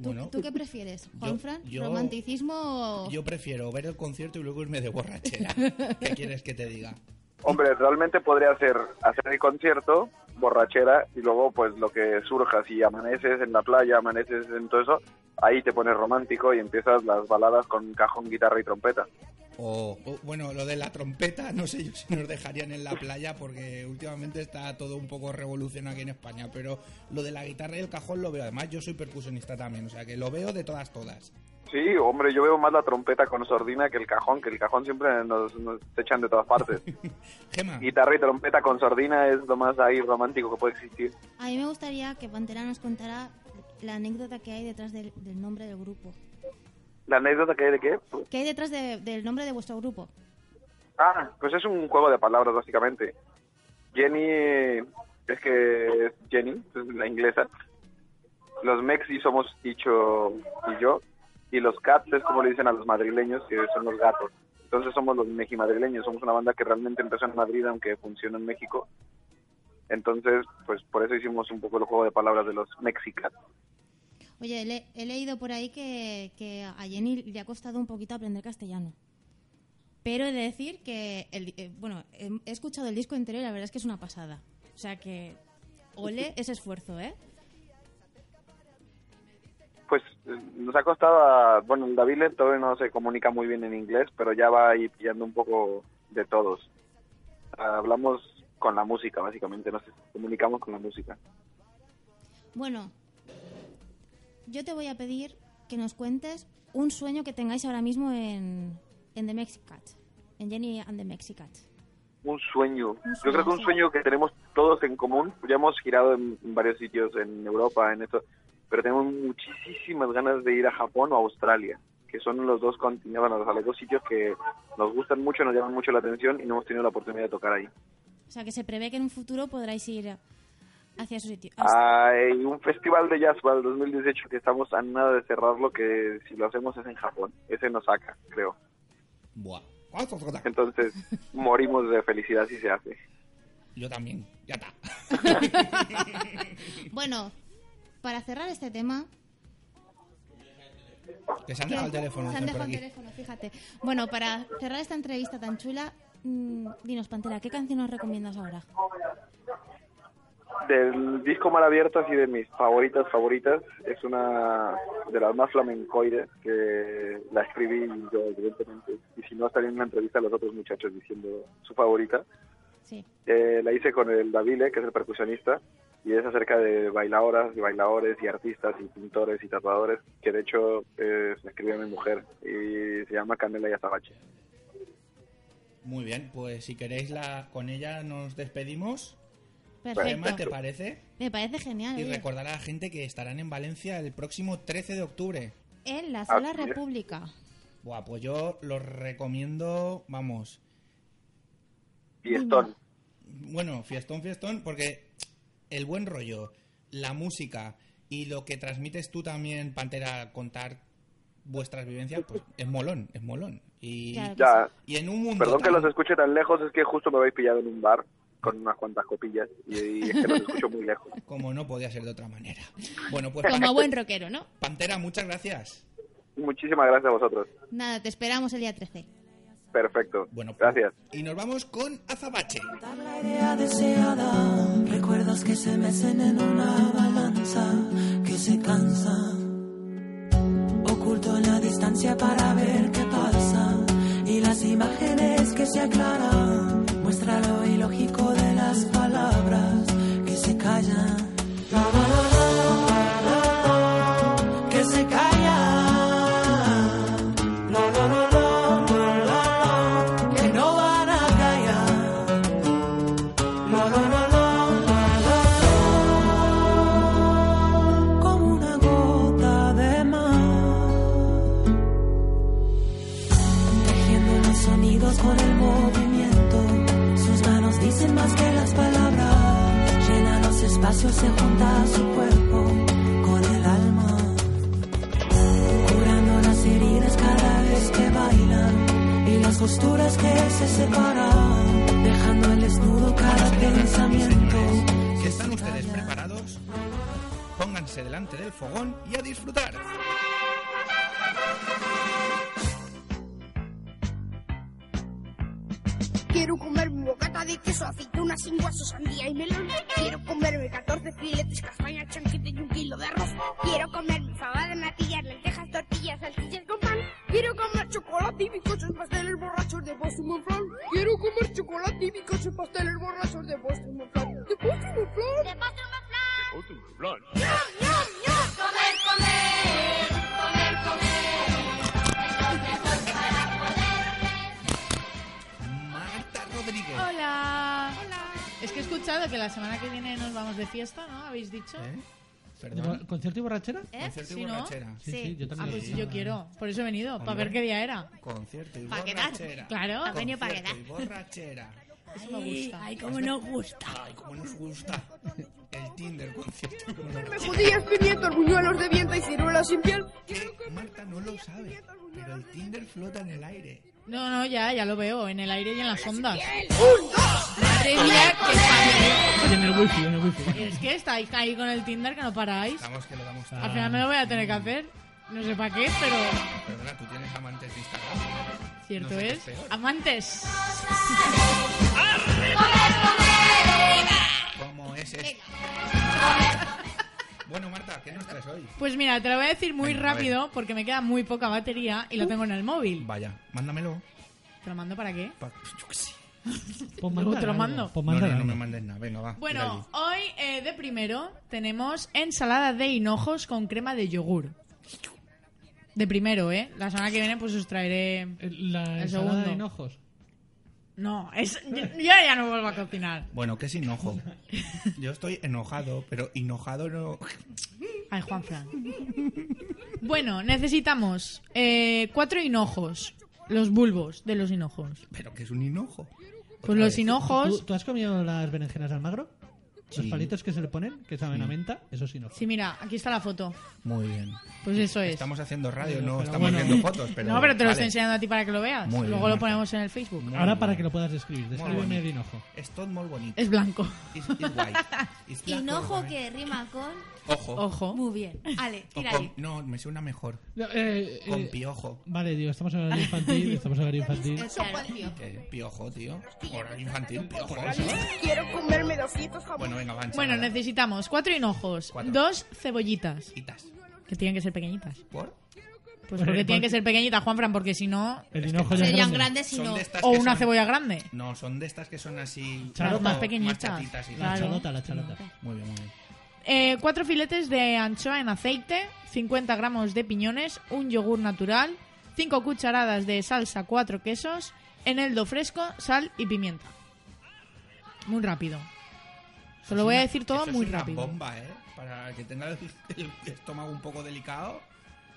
[SPEAKER 6] ¿Tú,
[SPEAKER 2] Bueno.
[SPEAKER 6] tú qué prefieres, Juanfran?
[SPEAKER 2] yo-
[SPEAKER 6] ¿Romanticismo o...?
[SPEAKER 2] Yo prefiero ver el concierto y luego irme de borrachera. ¿Qué quieres que te diga?
[SPEAKER 11] Hombre, realmente podría hacer, hacer el concierto, borrachera, y luego pues lo que surja, si amaneces en la playa, amaneces en todo eso, ahí te pones romántico y empiezas las baladas con cajón, guitarra y trompeta.
[SPEAKER 2] O, o, bueno, lo de la trompeta, no sé yo si nos dejarían en la playa porque últimamente está todo un poco revolucionado aquí en España, pero lo de la guitarra y el cajón lo veo. Además, yo soy percusionista también, o sea que lo veo de todas, todas.
[SPEAKER 11] Sí, hombre, yo veo más la trompeta con sordina que el cajón, que el cajón siempre nos, nos echan de todas partes. Guitarra y trompeta con sordina es lo más ahí romántico que puede existir.
[SPEAKER 6] A mí me gustaría que Pantera nos contara la anécdota que hay detrás del, del nombre del grupo.
[SPEAKER 11] ¿La anécdota que hay de qué?
[SPEAKER 6] ¿Qué hay detrás de- del nombre de vuestro grupo?
[SPEAKER 11] Ah, pues es un juego de palabras, básicamente. Jenny, es que es Jenny, es la inglesa. los Mexi somos Icho y yo, y los Cats es como le dicen a los madrileños, que son los gatos. Entonces somos los Meji madrileños, somos una banda que realmente empezó en Madrid, aunque funciona en México. Entonces, pues por eso hicimos un poco el juego de palabras de los Mexicats.
[SPEAKER 6] Oye, le- he leído por ahí que, que a Jenny le ha costado un poquito aprender castellano. Pero he de decir que, el di- eh, bueno, he he escuchado el disco entero y la verdad es que es una pasada. O sea que, ole ese esfuerzo, ¿eh?
[SPEAKER 11] Pues eh, nos ha costado, a- bueno, el David Lee todavía no se comunica muy bien en inglés, pero ya va ahí pillando un poco de todos. Hablamos con la música, básicamente, nos comunicamos con la música.
[SPEAKER 6] Bueno, yo te voy a pedir que nos cuentes un sueño que tengáis ahora mismo en, en The Mexicat, en Jenny and the Mexicat.
[SPEAKER 11] Un sueño. Yo
[SPEAKER 6] sueño,
[SPEAKER 11] creo que un
[SPEAKER 6] sí.
[SPEAKER 11] sueño que tenemos todos en común. Ya hemos girado en en varios sitios en Europa, en esto, pero tenemos muchísimas ganas de ir a Japón o a Australia, que son los dos continentes, bueno, los dos sitios que nos gustan mucho, nos llaman mucho la atención y no hemos tenido la oportunidad de tocar ahí.
[SPEAKER 6] O sea que se prevé que en un futuro podráis ir hacia esos sitios.
[SPEAKER 11] Ah. Hay un festival de jazz para el 2018 que estamos a nada de cerrarlo, que si lo hacemos es en Japón. Ese nos saca, creo.
[SPEAKER 2] Buah.
[SPEAKER 11] Entonces, morimos de felicidad si se hace.
[SPEAKER 2] Yo también. Ya está.
[SPEAKER 6] Bueno, para cerrar este tema,
[SPEAKER 2] Que se han
[SPEAKER 6] ¿Qué?
[SPEAKER 2] dejado el teléfono.
[SPEAKER 6] Se han
[SPEAKER 2] por
[SPEAKER 6] dejado el
[SPEAKER 2] aquí.
[SPEAKER 6] teléfono, fíjate. Bueno, para cerrar esta entrevista tan chula, mm, dinos, Pantera, ¿qué canción nos recomiendas ahora?
[SPEAKER 11] Del disco Mar Abierto, así de mis favoritas, favoritas, es una de las más flamencoides que la escribí yo, evidentemente. Y si no, estaría en una entrevista a los otros muchachos diciendo su favorita.
[SPEAKER 6] Sí.
[SPEAKER 11] Eh, la hice con el Davile, que es el percusionista, y es acerca de bailadoras y bailadores y artistas y pintores y tatuadores, que de hecho eh, se escribió mi mujer y se llama Candela y Azabache.
[SPEAKER 2] Muy bien, pues si queréis la con ella nos despedimos. Gemma, Pues, ¿te
[SPEAKER 6] Perfecto.
[SPEAKER 2] parece?
[SPEAKER 6] Me parece genial.
[SPEAKER 2] Y
[SPEAKER 6] oye.
[SPEAKER 2] recordar a la gente que estarán en Valencia el próximo 13 de octubre.
[SPEAKER 6] En la
[SPEAKER 11] Ah,
[SPEAKER 6] Sala
[SPEAKER 2] Así es.
[SPEAKER 6] República.
[SPEAKER 2] Buah, pues yo los recomiendo, vamos.
[SPEAKER 11] Fiestón.
[SPEAKER 2] Bueno, fiestón, fiestón, porque el buen rollo, la música y lo que transmites tú también, Pantera, al contar vuestras vivencias, pues es molón, es molón. Y,
[SPEAKER 11] ya.
[SPEAKER 2] y en un mundo
[SPEAKER 11] Perdón que
[SPEAKER 2] tan-
[SPEAKER 11] los escuche tan lejos, es que justo me habéis pillado en un bar con unas cuantas copillas y, y es que los escucho muy lejos.
[SPEAKER 2] como no podía ser de otra manera. Bueno, pues
[SPEAKER 6] Como buen rockero, ¿no?
[SPEAKER 2] Pantera, muchas gracias.
[SPEAKER 11] Muchísimas gracias a vosotros.
[SPEAKER 6] Nada, te esperamos el día 13.
[SPEAKER 11] Perfecto.
[SPEAKER 2] Bueno, pues,
[SPEAKER 11] gracias.
[SPEAKER 2] Y nos vamos con Azabache.
[SPEAKER 12] idea deseada. Recuerdos que se mecen en una balanza que se cansa. Oculto en la distancia para ver qué pasa. Y las imágenes que se aclaran. Muestra lo ilógico de las palabras que se callan. La, la, la, la, la, la, que se callan. La, la, la, la, la, la, la, que no van a callar. La, la, la, la, la, la, la. Como una gota de mar, tejiendo los sonidos con el movimiento. Sus manos dicen más que las palabras, llena los espacios, se junta su cuerpo con el alma, curando las heridas cada vez que bailan y las costuras que se separan, dejando el desnudo cada pensamiento.
[SPEAKER 2] Si están ustedes preparados, pónganse delante del fogón y a disfrutar.
[SPEAKER 13] Quiero comerme un bocata de queso, aceituna sin guaso, sandía y melón. Quiero comerme 14 filetes, castaña, chanquete y un kilo de arroz. Quiero comerme fabada, natillas, lentejas, tortillas, salchichas con pan. Quiero comer chocolate y bizcochos, pasteles borrachos de Boston Monflor. Quiero comer chocolate y bizcochos, pasteles borrachos de Boston Monflor. ¿De Boston Monflor? ¡De Boston ¡Comer, comer! ¡Comer, comer!
[SPEAKER 2] Rodríguez.
[SPEAKER 7] Hola. Es que he escuchado que la semana que viene nos vamos de fiesta, ¿no? ¿Habéis dicho?
[SPEAKER 3] ¿De bo- ¿Concierto y borrachera?
[SPEAKER 7] ¿Eh? ¿Sí, no?
[SPEAKER 3] Sí, sí, yo también.
[SPEAKER 7] Ah, pues yo quiero. Por eso he venido, para ver qué día era.
[SPEAKER 2] Concierto y
[SPEAKER 7] Pa' quedar.
[SPEAKER 2] borrachera.
[SPEAKER 7] Claro. Ha venido pa'
[SPEAKER 2] Concierto
[SPEAKER 7] quedar.
[SPEAKER 2] y borrachera.
[SPEAKER 7] Eso me gusta.
[SPEAKER 2] Ay, cómo nos gusta. El Tinder concierto.
[SPEAKER 13] Comerme judías, pimientos, buñuelos de viento y ciruelas sin piel.
[SPEAKER 2] Eh, Marta no lo sabe, pero el Tinder flota en el aire.
[SPEAKER 7] No, no, ya, ya lo veo, en el aire y en las ondas.
[SPEAKER 13] ¡Un, dos,
[SPEAKER 7] Madre mía, qué padre.
[SPEAKER 3] Y en el wifi, en el wifi. Pues
[SPEAKER 7] Es que estáis ahí con el Tinder que no paráis.
[SPEAKER 2] Vamos que lo damos todo.
[SPEAKER 7] Al final me lo voy a tener que hacer. No sé para qué, pero
[SPEAKER 2] Perdona, tú tienes amantes de Instagram.
[SPEAKER 7] cierto
[SPEAKER 2] No sé qué
[SPEAKER 7] es.
[SPEAKER 2] peor.
[SPEAKER 7] Amantes.
[SPEAKER 2] ¿Cómo es esto? Bueno, Marta, ¿qué nos traes hoy?
[SPEAKER 7] Pues mira, te lo voy a decir muy
[SPEAKER 2] Venga, a ver.
[SPEAKER 7] rápido porque me queda muy poca batería y lo tengo en el móvil.
[SPEAKER 2] Vaya, mándamelo.
[SPEAKER 7] ¿Te lo mando para qué?
[SPEAKER 2] Pa- yo qué sé.
[SPEAKER 3] Pues
[SPEAKER 7] Luego te lo mando.
[SPEAKER 3] Pues
[SPEAKER 2] No,
[SPEAKER 3] manda
[SPEAKER 2] no, no
[SPEAKER 3] algo.
[SPEAKER 2] me mandes nada. Venga, va.
[SPEAKER 7] Bueno, hoy eh, de primero tenemos ensalada de hinojos con crema de yogur. De primero, ¿eh? La semana que viene pues os traeré...
[SPEAKER 3] Eh, La
[SPEAKER 7] El
[SPEAKER 3] ensalada de
[SPEAKER 7] segundo.
[SPEAKER 3] hinojos.
[SPEAKER 7] No, es... yo, yo ya no vuelvo a cocinar.
[SPEAKER 2] Bueno, ¿qué es hinojo? Yo estoy enojado, pero hinojado no.
[SPEAKER 7] Ay, Juanfran. Bueno, necesitamos eh, cuatro hinojos. Los bulbos de los hinojos.
[SPEAKER 2] ¿Pero qué es un hinojo?
[SPEAKER 7] Pues los hinojos...
[SPEAKER 3] ¿Tú, tú has comido las berenjenas de Almagro? Los
[SPEAKER 2] Sí.
[SPEAKER 3] palitos que se le ponen, que saben a menta, esos hinojos.
[SPEAKER 7] Sí, mira, aquí está la foto.
[SPEAKER 2] Muy bien.
[SPEAKER 7] Pues eso es.
[SPEAKER 2] Estamos haciendo radio, no
[SPEAKER 3] Pero
[SPEAKER 2] estamos
[SPEAKER 3] bueno.
[SPEAKER 2] haciendo fotos, pero.
[SPEAKER 7] no, pero te lo
[SPEAKER 2] vale.
[SPEAKER 7] estoy enseñando a ti para que lo veas.
[SPEAKER 2] Muy bien,
[SPEAKER 7] Luego lo
[SPEAKER 2] Marta.
[SPEAKER 7] ponemos en el Facebook.
[SPEAKER 2] Muy
[SPEAKER 3] Ahora
[SPEAKER 2] bien.
[SPEAKER 3] para que lo puedas describir, descríbeme
[SPEAKER 2] bonito.
[SPEAKER 3] el hinojo.
[SPEAKER 2] Es todo muy bonito.
[SPEAKER 7] Es blanco.
[SPEAKER 2] It's, it's white. It's black
[SPEAKER 4] Hinojo
[SPEAKER 2] or white.
[SPEAKER 4] que rima con.
[SPEAKER 2] Ojo.
[SPEAKER 7] Ojo.
[SPEAKER 4] Muy bien. Ale,
[SPEAKER 2] O
[SPEAKER 4] tira
[SPEAKER 2] con-
[SPEAKER 4] ahí.
[SPEAKER 2] no, me suena mejor.
[SPEAKER 3] No, eh,
[SPEAKER 2] Con
[SPEAKER 3] eh,
[SPEAKER 2] piojo.
[SPEAKER 3] Vale, digo, estamos en horario infantil, estamos en horario infantil.
[SPEAKER 7] Pues
[SPEAKER 2] ¿Qué? Piojo, tío. Horario infantil, piojo.
[SPEAKER 13] Quiero comerme 200 jamones.
[SPEAKER 2] Bueno, venga, va.
[SPEAKER 7] Bueno,
[SPEAKER 2] ensalada.
[SPEAKER 7] necesitamos cuatro hinojos,
[SPEAKER 2] Cuatro.
[SPEAKER 7] dos cebollitas,
[SPEAKER 2] Quitas.
[SPEAKER 7] que tienen que ser pequeñitas.
[SPEAKER 2] ¿Por?
[SPEAKER 7] Pues
[SPEAKER 3] Bueno,
[SPEAKER 7] porque tienen
[SPEAKER 3] porque-
[SPEAKER 7] que ser pequeñitas, Juanfran, porque si no...
[SPEAKER 3] El hinojo ya es
[SPEAKER 4] Serían
[SPEAKER 3] grande.
[SPEAKER 4] grandes si
[SPEAKER 2] Son
[SPEAKER 4] no.
[SPEAKER 2] de estas
[SPEAKER 7] O
[SPEAKER 2] que
[SPEAKER 7] una
[SPEAKER 2] son-
[SPEAKER 7] cebolla grande.
[SPEAKER 2] No, son de estas que son así.
[SPEAKER 3] Claro,
[SPEAKER 2] como
[SPEAKER 3] más
[SPEAKER 7] pequeñitas.
[SPEAKER 2] chatitas y
[SPEAKER 3] La
[SPEAKER 7] Claro.
[SPEAKER 3] chalota, la chalota.
[SPEAKER 2] Muy bien, muy bien.
[SPEAKER 7] Eh, cuatro filetes de anchoa en aceite, 50 gramos de piñones, un yogur natural, cinco cucharadas de salsa, cuatro quesos, eneldo fresco, sal y pimienta. Muy rápido. Se lo voy a decir todo
[SPEAKER 2] Eso
[SPEAKER 7] muy
[SPEAKER 2] es una
[SPEAKER 7] rápido.
[SPEAKER 2] bomba, ¿eh? Para el que tenga el, el estómago un poco delicado.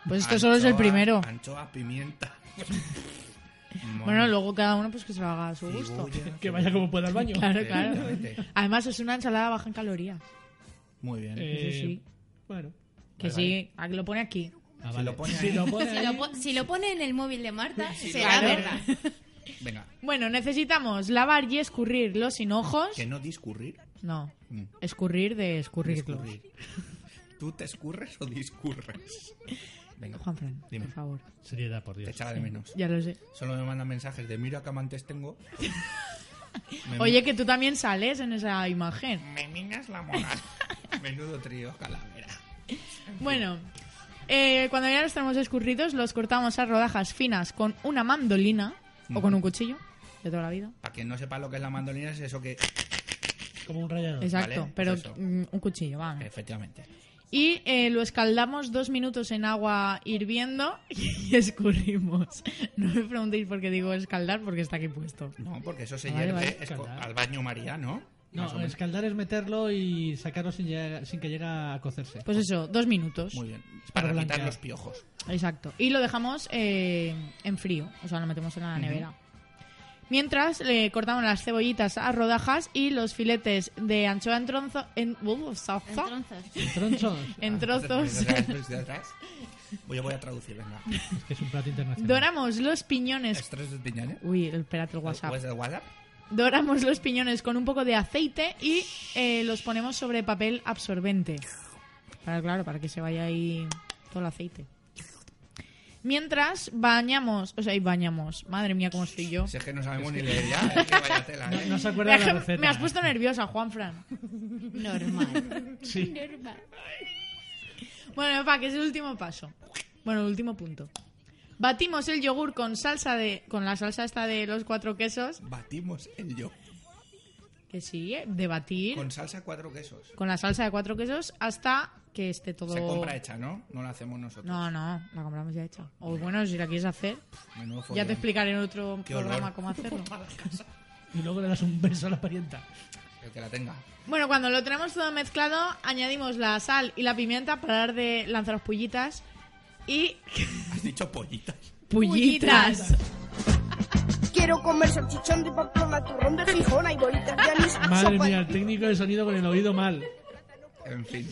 [SPEAKER 7] Pues esto solo es el
[SPEAKER 2] anchoa-
[SPEAKER 7] primero.
[SPEAKER 2] Anchoa, pimienta.
[SPEAKER 7] Bueno, luego cada uno pues que se lo haga a su gusto.
[SPEAKER 2] Cebolla,
[SPEAKER 3] Que vaya como pueda al baño.
[SPEAKER 7] Claro, claro.
[SPEAKER 2] Efectivamente.
[SPEAKER 7] Además es una ensalada baja en calorías.
[SPEAKER 2] Muy bien.
[SPEAKER 3] Eh,
[SPEAKER 7] Eso sí.
[SPEAKER 3] Bueno.
[SPEAKER 7] Que
[SPEAKER 2] Vale,
[SPEAKER 7] sí, ah, que lo pone aquí.
[SPEAKER 3] Ah,
[SPEAKER 2] Si
[SPEAKER 3] vale.
[SPEAKER 2] lo pone
[SPEAKER 3] Si
[SPEAKER 2] ahí.
[SPEAKER 3] lo pone
[SPEAKER 4] Si
[SPEAKER 3] ahí-
[SPEAKER 4] lo, po- si lo pone en el móvil de Marta,
[SPEAKER 2] Sí,
[SPEAKER 4] será
[SPEAKER 2] claro.
[SPEAKER 4] verdad.
[SPEAKER 2] Venga,
[SPEAKER 7] Bueno, necesitamos lavar y escurrir los hinojos.
[SPEAKER 2] que no discurrir.
[SPEAKER 7] No,
[SPEAKER 2] Mm.
[SPEAKER 7] escurrir de escurrirlos.
[SPEAKER 2] Discurrir. ¿Tú te escurres o discurres? Venga,
[SPEAKER 7] Juanfran,
[SPEAKER 2] Dime.
[SPEAKER 7] por favor.
[SPEAKER 3] Seriedad, por
[SPEAKER 2] te
[SPEAKER 3] Dios.
[SPEAKER 2] echaba de menos.
[SPEAKER 7] Ya lo sé.
[SPEAKER 2] Solo me mandan mensajes de mira qué amantes tengo. Me-
[SPEAKER 7] Oye, que tú también sales en esa imagen.
[SPEAKER 2] Me minas la moral. Menudo trío, calavera.
[SPEAKER 7] Bueno, eh, cuando ya los tenemos escurridos, los cortamos a rodajas finas con una mandolina o con un cuchillo de toda la vida.
[SPEAKER 2] Para quien no sepa lo que es la mandolina, es eso que.
[SPEAKER 3] Como un rayado.
[SPEAKER 7] Exacto,
[SPEAKER 2] Vale,
[SPEAKER 7] pero
[SPEAKER 2] pues eso. Eh.
[SPEAKER 7] mm, un cuchillo, va.
[SPEAKER 2] Efectivamente.
[SPEAKER 7] Y eh, lo escaldamos dos minutos en agua hirviendo y escurrimos. No me preguntéis por qué digo escaldar, porque está aquí puesto.
[SPEAKER 2] No, porque eso se
[SPEAKER 7] Vale,
[SPEAKER 2] hierve
[SPEAKER 7] vale,
[SPEAKER 2] es co-
[SPEAKER 3] calar.
[SPEAKER 2] al baño María, ¿no? Más o
[SPEAKER 3] No,
[SPEAKER 2] menos.
[SPEAKER 3] escaldar es meterlo y sacarlo sin, llegar- sin que llegue a cocerse.
[SPEAKER 7] Pues eso, dos minutos.
[SPEAKER 2] Muy bien.
[SPEAKER 3] para
[SPEAKER 2] Para quitar
[SPEAKER 3] blanquear.
[SPEAKER 2] los piojos.
[SPEAKER 7] Exacto. Y lo dejamos eh, en frío, o sea, lo metemos en la nevera. Mientras le cortamos las cebollitas a rodajas y los filetes de anchoa en tronzo, en, uh, zaza,
[SPEAKER 4] Entonces,
[SPEAKER 3] Tronchos. Ah,
[SPEAKER 7] en trozos.
[SPEAKER 2] De atrás. Voy, voy a traducir, venga.
[SPEAKER 3] Es que es un plato internacional.
[SPEAKER 7] Doramos los piñones.
[SPEAKER 2] Estrés de piñones.
[SPEAKER 7] Uy, espérate el WhatsApp.
[SPEAKER 2] ¿Pues de WhatsApp?
[SPEAKER 7] Doramos los piñones con un poco de aceite y eh, los ponemos sobre papel absorbente. Para, claro, para que se vaya ahí todo el aceite. Mientras bañamos, o sea, y bañamos. Madre mía, cómo estoy yo.
[SPEAKER 2] Si es que no sabemos ni leer ya, es que vaya tela, ¿eh?
[SPEAKER 3] No se acuerda
[SPEAKER 7] Me,
[SPEAKER 3] de la receta.
[SPEAKER 7] me has puesto nerviosa, Juanfran.
[SPEAKER 4] normal.
[SPEAKER 3] Sí.
[SPEAKER 4] Normal.
[SPEAKER 7] Bueno, pa, que es el último paso. Bueno, el último punto. Batimos el yogur con salsa de con la salsa esta de los cuatro quesos,
[SPEAKER 2] Batimos el yo.
[SPEAKER 7] que sí, eh, de batir con,
[SPEAKER 2] Con salsa cuatro quesos.
[SPEAKER 7] la salsa de cuatro quesos hasta que esté todo
[SPEAKER 2] Se compra hecha, ¿no? No la hacemos nosotros.
[SPEAKER 7] No, no, la compramos ya hecha. O bueno, si la quieres hacer,
[SPEAKER 2] Menudo
[SPEAKER 7] ya
[SPEAKER 2] follón.
[SPEAKER 7] te explicaré en otro
[SPEAKER 2] Qué
[SPEAKER 7] programa
[SPEAKER 2] horror.
[SPEAKER 7] cómo hacerlo.
[SPEAKER 3] Y luego le das un beso a la parienta.
[SPEAKER 2] El que la tenga.
[SPEAKER 7] Bueno, cuando lo tenemos todo mezclado, añadimos la sal y la pimienta para dar de lanzar pullitas y
[SPEAKER 2] Has dicho pollitas.
[SPEAKER 7] pullitas.
[SPEAKER 13] Quiero comer salchichón de paploma, turrón de Gijón y bolitas de anís.
[SPEAKER 7] Ah,
[SPEAKER 3] Madre
[SPEAKER 13] sopa de
[SPEAKER 3] mía, el técnico de sonido con el oído mal.
[SPEAKER 2] En fin.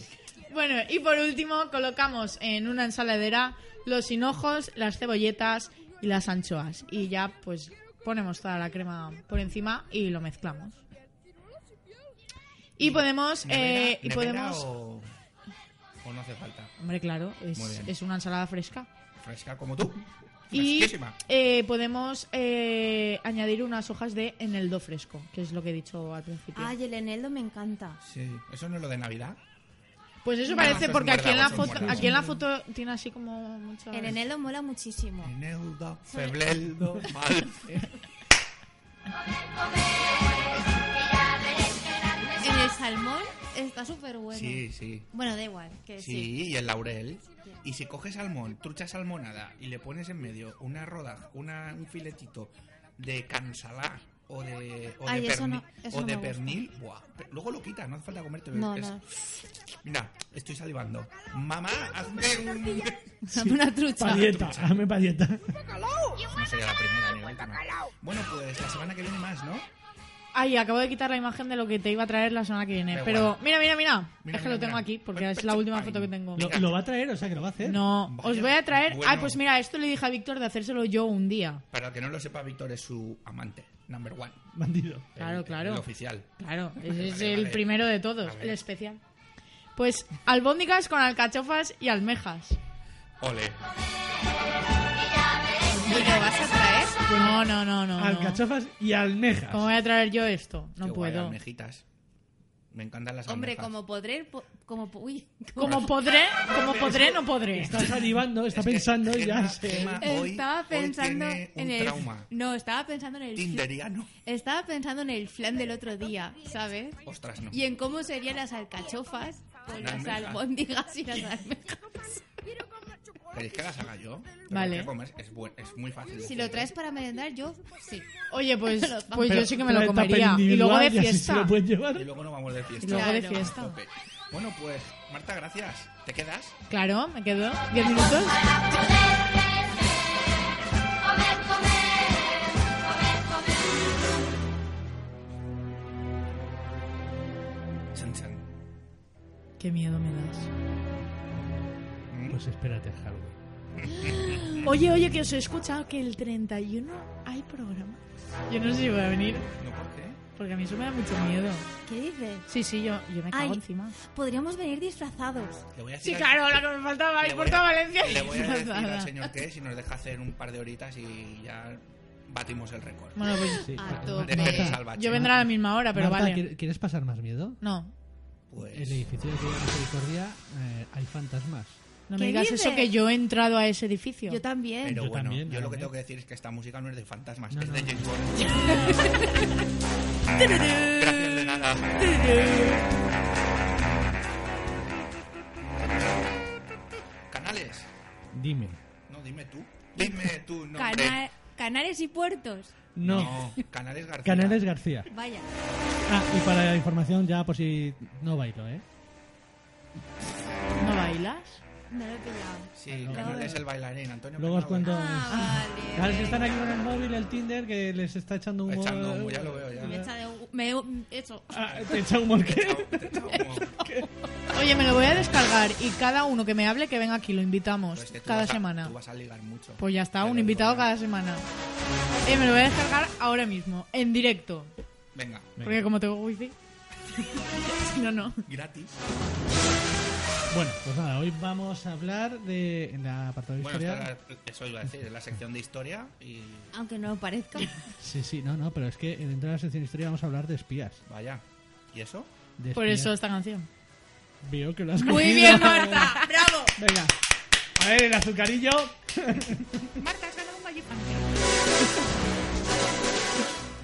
[SPEAKER 7] Bueno, y por último colocamos en una ensaladera los hinojos, las cebolletas y las anchoas. Y ya pues ponemos toda la crema por encima y lo mezclamos. Y podemos...
[SPEAKER 2] ¿Nevera-
[SPEAKER 7] eh, y
[SPEAKER 2] nevera
[SPEAKER 7] podemos
[SPEAKER 2] O, o no hace falta.
[SPEAKER 7] Hombre, claro,
[SPEAKER 2] Muy
[SPEAKER 7] es,
[SPEAKER 2] bien.
[SPEAKER 7] es una ensalada fresca.
[SPEAKER 2] Fresca como tú.
[SPEAKER 7] Y
[SPEAKER 2] Fresquísima.
[SPEAKER 7] eh, podemos eh, añadir unas hojas de eneldo fresco, que es lo que he dicho al principio.
[SPEAKER 4] Ay, el eneldo me encanta.
[SPEAKER 2] Sí, eso no es lo de Navidad.
[SPEAKER 7] Pues eso
[SPEAKER 2] No,
[SPEAKER 7] parece,
[SPEAKER 2] eso es
[SPEAKER 7] porque aquí en, la
[SPEAKER 2] muerdago, eso es
[SPEAKER 7] foto,
[SPEAKER 2] muerdago.
[SPEAKER 7] aquí en la foto tiene así como mucho...
[SPEAKER 4] El eneldo mola muchísimo.
[SPEAKER 2] Eneldo, febleldo, malce.
[SPEAKER 4] En el salmón está súper bueno.
[SPEAKER 2] Sí, sí.
[SPEAKER 4] Bueno, da igual. Que sí.
[SPEAKER 2] Sí, y el laurel. Y si coges salmón, trucha salmonada, y le pones en medio una rodaja, una, un filetito de cansalá o de, o de
[SPEAKER 4] Ay, eso
[SPEAKER 2] perni-
[SPEAKER 4] no- eso
[SPEAKER 2] o
[SPEAKER 4] no
[SPEAKER 2] de
[SPEAKER 4] me gusta.
[SPEAKER 2] pernil, buah, pe- luego lo quitas, no hace falta comerte.
[SPEAKER 4] No,
[SPEAKER 2] es-
[SPEAKER 4] no.
[SPEAKER 2] Mira, estoy salivando. Mamá, hazme un...
[SPEAKER 4] Una trucha.
[SPEAKER 3] Padieta, hazme padieta.
[SPEAKER 2] No sería la primera ni la última. Bueno, pues la semana que viene más, ¿no?
[SPEAKER 7] Ay, acabo de quitar la imagen de lo que te iba a traer la semana que viene.
[SPEAKER 2] Da
[SPEAKER 7] pero
[SPEAKER 2] igual.
[SPEAKER 7] mira, mira, mira,
[SPEAKER 3] Mira,
[SPEAKER 7] Es que
[SPEAKER 3] mira,
[SPEAKER 7] lo tengo
[SPEAKER 3] mira. Pues
[SPEAKER 7] aquí porque es la última foto que tengo.
[SPEAKER 3] Lo, ¿Eh? lo va a traer, o sea que lo va a hacer.
[SPEAKER 7] No, os voy a traer... Ay,
[SPEAKER 2] bueno.
[SPEAKER 7] pues mira, esto le dije a Víctor de hacérselo yo un día.
[SPEAKER 2] Para el que no lo sepa, Víctor es su amante, number one.
[SPEAKER 3] Bandido.
[SPEAKER 2] El-
[SPEAKER 7] Claro, claro.
[SPEAKER 2] El oficial.
[SPEAKER 7] Claro,
[SPEAKER 2] Vale,
[SPEAKER 7] ese es
[SPEAKER 2] vale,
[SPEAKER 7] el
[SPEAKER 2] vale.
[SPEAKER 7] primero de todos,
[SPEAKER 2] Vale.
[SPEAKER 7] el especial. Pues albóndigas con alcachofas y almejas.
[SPEAKER 2] Ole.
[SPEAKER 4] ¿Y lo vas a traer?
[SPEAKER 7] Pues No, no, no, no. no.
[SPEAKER 3] Alcachofas y almejas.
[SPEAKER 7] ¿Cómo voy a traer yo esto? No
[SPEAKER 2] Qué guay,
[SPEAKER 7] puedo.
[SPEAKER 2] almejitas. Me encantan las
[SPEAKER 4] Hombre,
[SPEAKER 2] almejas.
[SPEAKER 4] como podré... po- Como, po- uy,
[SPEAKER 7] Como podré, como podré, no podré.
[SPEAKER 3] Está salivando, está pensando y ya
[SPEAKER 2] Gemma-
[SPEAKER 3] se...
[SPEAKER 2] Gemma hoy-
[SPEAKER 4] Estaba
[SPEAKER 2] hoy
[SPEAKER 4] pensando
[SPEAKER 2] tiene un
[SPEAKER 4] en el...
[SPEAKER 2] trauma.
[SPEAKER 4] No, estaba pensando en el...
[SPEAKER 2] Tinderiano.
[SPEAKER 4] Estaba pensando en el flan del otro día, ¿sabes?
[SPEAKER 2] Ostras, no.
[SPEAKER 4] Y en cómo serían las alcachofas con
[SPEAKER 2] Las
[SPEAKER 4] las
[SPEAKER 2] almejas.
[SPEAKER 4] albóndigas y las almejas.
[SPEAKER 2] ¿Queréis que las haga yo? Pero
[SPEAKER 7] Vale.
[SPEAKER 2] lo que comer Es, buen- es muy fácil. de
[SPEAKER 4] Si lo
[SPEAKER 2] hacer.
[SPEAKER 4] traes para merendar, yo sí.
[SPEAKER 7] Oye, pues,
[SPEAKER 4] Pero-
[SPEAKER 7] pues
[SPEAKER 3] Pero
[SPEAKER 7] yo sí que me lo
[SPEAKER 3] la etapa
[SPEAKER 7] comería. Y luego de
[SPEAKER 3] individual, así se
[SPEAKER 7] fiesta.
[SPEAKER 3] lo pueden llevar.
[SPEAKER 2] Y luego nos vamos de fiesta.
[SPEAKER 7] Y luego de
[SPEAKER 4] Claro.
[SPEAKER 7] fiesta.
[SPEAKER 2] Tope. Bueno, pues, Marta, gracias. ¿Te quedas?
[SPEAKER 7] Claro, me quedo. ¿Diez minutos?
[SPEAKER 2] Chan, chan.
[SPEAKER 7] Qué miedo me das.
[SPEAKER 2] Mm,
[SPEAKER 3] Pues espérate a Halloween.
[SPEAKER 7] Oye, oye, que os he escuchado que el 31 hay programa. Yo no sé si voy a venir,
[SPEAKER 2] ¿No por qué?
[SPEAKER 7] porque a mí eso me da mucho miedo.
[SPEAKER 4] ¿Qué dices?
[SPEAKER 7] Sí, sí, yo, yo me cago
[SPEAKER 4] Ay.
[SPEAKER 7] encima.
[SPEAKER 4] Podríamos venir disfrazados.
[SPEAKER 2] Le voy a
[SPEAKER 7] Sí,
[SPEAKER 2] decir al-
[SPEAKER 7] claro, la que me faltaba,
[SPEAKER 2] le
[SPEAKER 7] y
[SPEAKER 2] voy
[SPEAKER 7] por toda
[SPEAKER 2] a-
[SPEAKER 7] Valencia.
[SPEAKER 2] Le voy a decir
[SPEAKER 7] disfrazada.
[SPEAKER 2] al señor que si nos deja hacer un par de horitas y ya batimos el récord.
[SPEAKER 7] Bueno, pues
[SPEAKER 3] Sí.
[SPEAKER 4] A
[SPEAKER 2] De
[SPEAKER 4] tope.
[SPEAKER 2] Pérez Salvache.
[SPEAKER 7] yo vendré a la misma hora, pero
[SPEAKER 3] Marta,
[SPEAKER 7] vale.
[SPEAKER 3] ¿quiere- ¿quieres pasar más miedo?
[SPEAKER 7] No,
[SPEAKER 2] Pues,
[SPEAKER 3] En el edificio de la Misericordia eh, hay fantasmas.
[SPEAKER 7] no
[SPEAKER 4] ¿Qué
[SPEAKER 7] me digas
[SPEAKER 4] dices?
[SPEAKER 7] eso que yo he entrado a ese edificio.
[SPEAKER 4] Yo también.
[SPEAKER 2] pero
[SPEAKER 3] Yo
[SPEAKER 2] bueno,
[SPEAKER 3] también,
[SPEAKER 2] yo lo que
[SPEAKER 3] también.
[SPEAKER 2] tengo que decir es que esta música no es de fantasmas,
[SPEAKER 3] No,
[SPEAKER 2] es de
[SPEAKER 3] no.
[SPEAKER 2] James Bond. Gracias de nada. Canales.
[SPEAKER 3] Dime.
[SPEAKER 2] No, dime tú. Dime tú, no.
[SPEAKER 4] Cana- Canales y puertos.
[SPEAKER 3] No.
[SPEAKER 2] Canales García.
[SPEAKER 3] Canales García.
[SPEAKER 4] Vaya.
[SPEAKER 3] Ah, y para la información ya por si no bailo, ¿eh?
[SPEAKER 7] ¿No bailas?
[SPEAKER 4] No lo he pillado.
[SPEAKER 2] Sí, Canales el bailarín, Antonio.
[SPEAKER 3] Luego os
[SPEAKER 2] Penagos.
[SPEAKER 3] cuento...
[SPEAKER 4] Ah, vale.
[SPEAKER 3] Claro, si están aquí con el móvil, el Tinder, que les está echando un...
[SPEAKER 2] Echando humo, ya lo veo, ya.
[SPEAKER 4] Me echa de hu- me hu- eso.
[SPEAKER 3] Ah, ¿Te echa humor qué?
[SPEAKER 2] Te echa humo.
[SPEAKER 7] Oye, me lo voy a descargar y cada uno que me hable que venga aquí, lo invitamos
[SPEAKER 2] Pues que tú
[SPEAKER 7] cada
[SPEAKER 2] vas a-
[SPEAKER 7] semana.
[SPEAKER 2] Tú vas a ligar mucho.
[SPEAKER 7] Pues ya está,
[SPEAKER 2] Te
[SPEAKER 7] un
[SPEAKER 2] lo
[SPEAKER 7] invitado
[SPEAKER 2] digo ya.
[SPEAKER 7] cada semana. Eh, me lo voy a descargar ahora mismo, en directo.
[SPEAKER 2] Venga,
[SPEAKER 7] Porque como tengo wifi. si no, no.
[SPEAKER 2] gratis.
[SPEAKER 3] Bueno, pues nada, hoy vamos a hablar de... En la apartado de
[SPEAKER 2] Bueno,
[SPEAKER 3] historia...
[SPEAKER 2] esta era- eso iba a decir, es la sección de historia y.
[SPEAKER 4] Aunque no lo parezca.
[SPEAKER 3] Sí, sí, no, no, pero es que dentro de la sección de historia vamos a hablar de espías.
[SPEAKER 2] Vaya. ¿Y eso?
[SPEAKER 3] De
[SPEAKER 7] Por
[SPEAKER 3] espías.
[SPEAKER 7] eso esta canción.
[SPEAKER 3] Veo que lo has
[SPEAKER 7] Muy
[SPEAKER 3] cogido.
[SPEAKER 7] bien, Marta. Bravo.
[SPEAKER 3] Venga. A ver, el azucarillo.
[SPEAKER 7] Marta, has ganado un gallifán.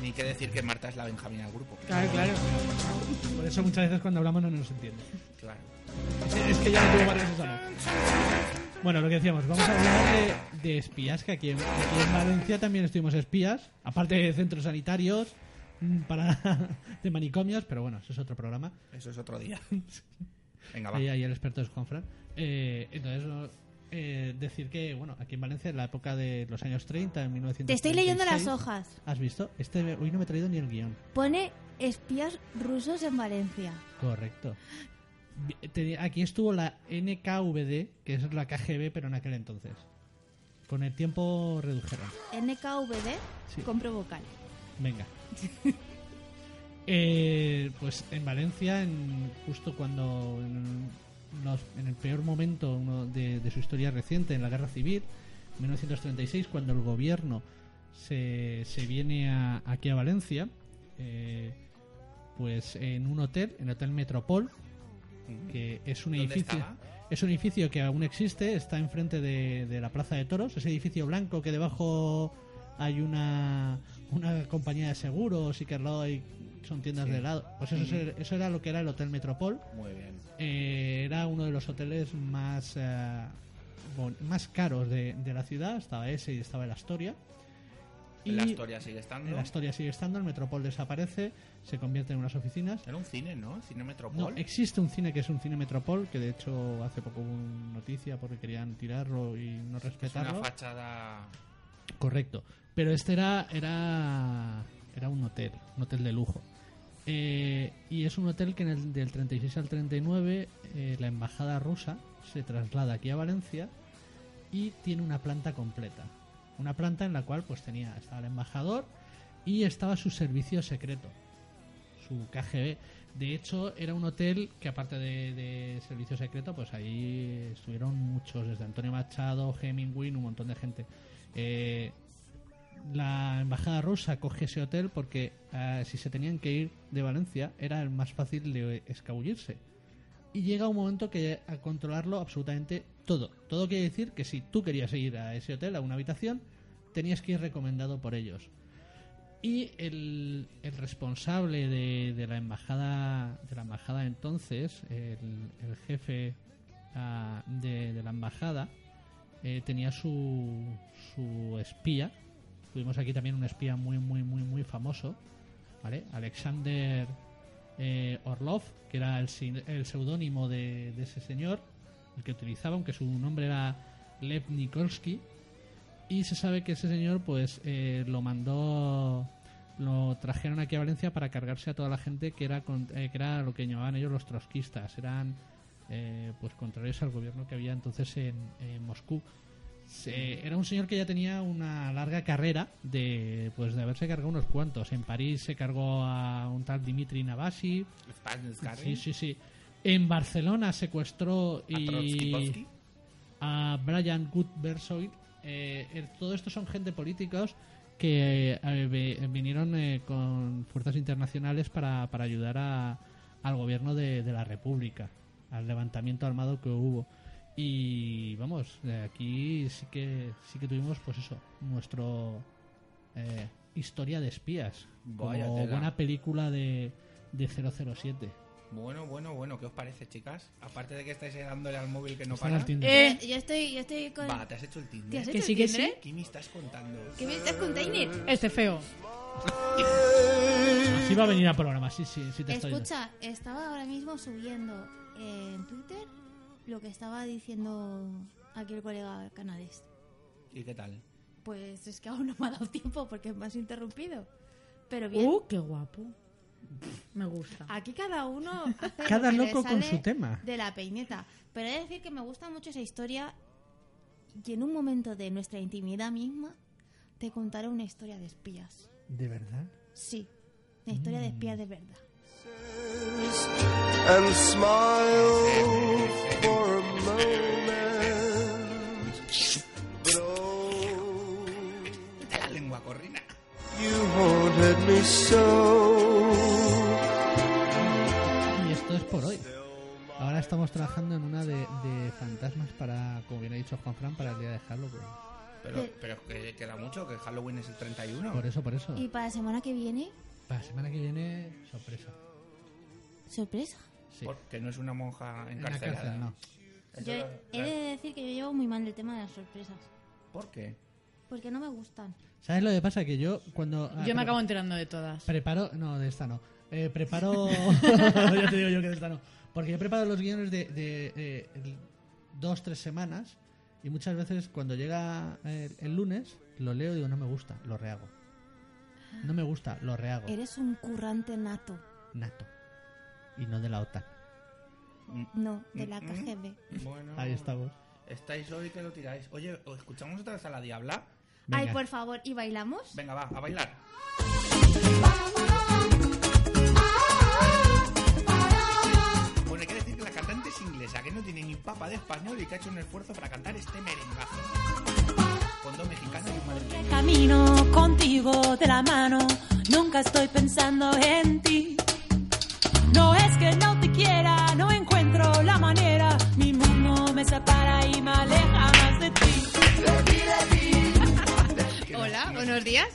[SPEAKER 2] Ni que decir que Marta es la Benjamín del grupo.
[SPEAKER 3] Claro, claro. Por eso muchas veces cuando hablamos no nos entiende.
[SPEAKER 2] Claro.
[SPEAKER 3] Es, es que ya no tuvo varios esa Bueno, lo que decíamos, vamos a hablar de, de espías, que aquí en, aquí en Valencia también estuvimos espías, aparte de centros sanitarios, mm, para de manicomios, pero bueno, eso es otro programa.
[SPEAKER 2] Eso es otro día. Venga, va.
[SPEAKER 3] Ahí, ahí el experto es Juanfran. Eh, entonces, no, eh, decir que, bueno, aquí en Valencia, en la época de los años 30, en 1936...
[SPEAKER 4] Te estoy leyendo las hojas.
[SPEAKER 3] ¿Has visto? Este, hoy no me he traído ni el guión.
[SPEAKER 4] Pone espías rusos en Valencia.
[SPEAKER 3] Correcto. te- aquí estuvo la NKVD, que es la KGB, pero en aquel entonces. Con el tiempo redujeron.
[SPEAKER 4] NKVD,
[SPEAKER 3] Sí.
[SPEAKER 4] compro vocal.
[SPEAKER 3] Venga. Eh, pues en Valencia, en, justo cuando en, los- en el peor momento uno de, de su historia reciente, en la Guerra Civil, 1936, cuando el gobierno se, se viene a- aquí a Valencia, eh, pues en un hotel, en el Hotel Metropol, que es un
[SPEAKER 2] Mm. ¿Dónde
[SPEAKER 3] edificio...
[SPEAKER 2] estaba?
[SPEAKER 3] Es un edificio que aún existe, está enfrente de, de la Plaza de Toros, ese edificio blanco que debajo hay una, una compañía de seguros y que al lado hay, son tiendas
[SPEAKER 2] Sí.
[SPEAKER 3] de helado. Pues eso,
[SPEAKER 2] Ujú.
[SPEAKER 3] eso era lo que era el Hotel Metropol.
[SPEAKER 2] Muy bien.
[SPEAKER 3] Eh, era uno de los hoteles más, eh, bon- más caros de, de la ciudad, estaba ese y estaba el Astoria.
[SPEAKER 2] La historia sigue estando.
[SPEAKER 3] El Astoria sigue estando, el Metropol desaparece, se convierte en unas oficinas.
[SPEAKER 2] Era un cine, ¿no? Cine
[SPEAKER 3] No,
[SPEAKER 2] Metropol.
[SPEAKER 3] existe un cine que es un cine Metropol, que de hecho hace poco hubo una noticia porque querían tirarlo y no
[SPEAKER 2] es una
[SPEAKER 3] respetarlo.
[SPEAKER 2] fachada.
[SPEAKER 3] Correcto. Pero este era, era, era un hotel, un hotel de lujo. Eh, y es un hotel que en el, del 36 al 39 eh, la embajada rusa se traslada aquí a Valencia y tiene una planta completa. Una planta en la cual pues tenía, estaba el embajador y estaba su servicio secreto, su KGB. De hecho, era un hotel que aparte de, de servicio secreto, pues ahí estuvieron muchos, desde Antonio Machado, Hemingway, un montón de gente. Eh, la embajada rusa coge ese hotel porque eh, si se tenían que ir de Valencia era el más fácil de escabullirse. Y llega un momento que a controlarlo absolutamente todo. Todo quiere decir que si tú querías ir a ese hotel, a una habitación, tenías que ir recomendado por ellos. Y el, el responsable de, de la embajada de la embajada entonces, el, el jefe ah, de, de la embajada, eh, tenía su, su espía. Tuvimos aquí también un espía muy, muy, muy, muy famoso. ¿Vale? Alexander eh, Orlov, que era el, sin- el seudónimo de, de ese señor, el que utilizaba, aunque su nombre era Lev Nikolsky. Y se sabe que ese señor, pues, eh, lo mandó. Lo trajeron aquí a Valencia para cargarse a toda la gente que era, con- eh, que era lo que llamaban ellos los trotskistas. Eran, eh, pues, contrarios al gobierno que había entonces en, en Moscú. Se- era un señor que ya tenía una larga carrera de pues de haberse cargado unos cuantos. En París se cargó a un tal Dimitri Navasi. Sí, sí, sí. En Barcelona secuestró y
[SPEAKER 2] Trotsky-Potsky?
[SPEAKER 3] a Brian Goodbersoid. Eh, eh, todo esto son gente políticos que eh, ve- vinieron eh, con fuerzas internacionales para, para ayudar a- al gobierno de, de la República, al levantamiento armado que hubo. Y vamos, eh, aquí sí que sí que tuvimos, pues eso, nuestro eh, historia de espías,
[SPEAKER 2] Vaya
[SPEAKER 3] como
[SPEAKER 2] tela.
[SPEAKER 3] buena película de, de 007.
[SPEAKER 2] Bueno, bueno, bueno, ¿qué os parece, chicas? Aparte de que estáis dándole al móvil que no
[SPEAKER 3] Están
[SPEAKER 2] para.
[SPEAKER 3] al Tinder.
[SPEAKER 4] Eh, yo estoy, yo estoy con.
[SPEAKER 2] Va, te has hecho el Tinder.
[SPEAKER 4] ¿Te has hecho el Tinder?
[SPEAKER 2] ¿Qué me estás contando?
[SPEAKER 4] ¿Qué me estás contando?
[SPEAKER 7] Este feo.
[SPEAKER 3] Así va a venir a programa, sí, sí, sí te estoy oyendo.
[SPEAKER 4] Escucha, estaba ahora mismo subiendo eh, en Twitter lo que estaba diciendo aquí el colega Canales.
[SPEAKER 2] ¿Y qué tal?
[SPEAKER 4] Pues es que aún no me ha dado tiempo porque me has interrumpido. Pero bien.
[SPEAKER 7] ¡Uh, qué guapo! Me gusta.
[SPEAKER 6] Ah,
[SPEAKER 4] Aquí cada uno hace lo
[SPEAKER 3] Cada
[SPEAKER 4] que le
[SPEAKER 3] loco con
[SPEAKER 4] sale
[SPEAKER 3] su tema.
[SPEAKER 4] De la peineta. Pero he de decir que me gusta mucho esa historia y en un momento de nuestra intimidad misma te contaré una historia de espías.
[SPEAKER 3] ¿De verdad?
[SPEAKER 4] Sí, una historia
[SPEAKER 3] Mm.
[SPEAKER 4] de espías de verdad.
[SPEAKER 9] and smile for a moment. But oh,
[SPEAKER 2] Quita la lengua corrina.
[SPEAKER 9] you haunted me so.
[SPEAKER 3] Y esto es por hoy. Ahora estamos trabajando en una de, de fantasmas para, como bien ha dicho Juan Fran, para el día de Halloween.
[SPEAKER 2] Pero, pero es que queda mucho, que Halloween es el 31.
[SPEAKER 3] Por eso, por eso.
[SPEAKER 4] Y para la semana que viene,
[SPEAKER 3] Para la semana que viene, sorpresa.
[SPEAKER 4] sorpresa.
[SPEAKER 2] Porque no es una monja
[SPEAKER 3] En la
[SPEAKER 2] encarcelada.
[SPEAKER 3] cárcel, no.
[SPEAKER 4] Yo he, he de decir que yo llevo muy mal el tema de las sorpresas.
[SPEAKER 2] ¿Por qué?
[SPEAKER 4] Porque no me gustan.
[SPEAKER 3] ¿Sabes lo que pasa? Que yo cuando... ah,
[SPEAKER 7] Yo me
[SPEAKER 3] pre-
[SPEAKER 7] acabo enterando de todas.
[SPEAKER 3] Preparo... No, de esta no. Eh, preparo... ya te digo yo que de esta no. Porque yo preparo los guiones de, de, eh, el- dos, tres semanas y muchas veces cuando llega el, el lunes lo leo y digo, no me gusta, lo rehago. No me gusta, lo rehago.
[SPEAKER 4] Eres un currante nato.
[SPEAKER 3] Nato. Y no de la OTAN.
[SPEAKER 6] No, de la KGB.
[SPEAKER 2] Bueno,
[SPEAKER 3] Ahí estamos.
[SPEAKER 2] Estáis hoy que lo tiráis. Oye, ¿o ¿escuchamos otra vez a la Diabla?
[SPEAKER 6] Ay, por favor, ¿y bailamos?
[SPEAKER 2] Venga, va, a bailar. Bueno, hay que Pues decir que la cantante es inglesa, que no tiene ni papa de español y que ha hecho un esfuerzo para cantar este merengazo. Con dos mexicanos y un madrileño.
[SPEAKER 10] Camino contigo de la mano, nunca estoy pensando en ti. No es que no te quiera, no encuentro la manera, mi mundo me separa y me aleja más de ti.
[SPEAKER 14] Hola, buenos días.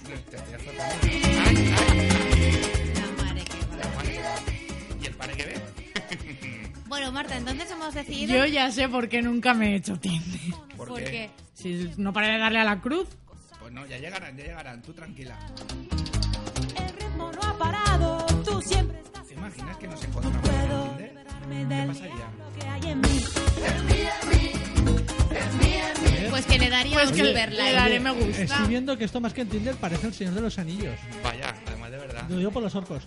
[SPEAKER 2] Y el pare que ve.
[SPEAKER 14] Bueno, Marta, entonces hemos decidido...
[SPEAKER 7] Yo ya sé por qué nunca me he hecho Tinder.
[SPEAKER 2] ¿Por,
[SPEAKER 14] ¿Por qué?
[SPEAKER 7] Si no para de darle a la cruz.
[SPEAKER 2] Pues no, ya llegarán, ya llegarán. Tú tranquila.
[SPEAKER 10] No ha parado, tú siempre estás
[SPEAKER 2] ¿Te imaginas que nos encontramos en Tinder? ¿Qué pasaría?
[SPEAKER 10] que hay en mí.
[SPEAKER 14] Pues que le daría
[SPEAKER 7] Pues
[SPEAKER 14] un
[SPEAKER 7] que
[SPEAKER 14] super
[SPEAKER 7] le
[SPEAKER 14] like.
[SPEAKER 7] daré me gusta.
[SPEAKER 3] Estoy viendo que esto más que en Tinder parece el Señor de los Anillos.
[SPEAKER 2] Vaya, además de verdad.
[SPEAKER 3] Lo digo por los orcos.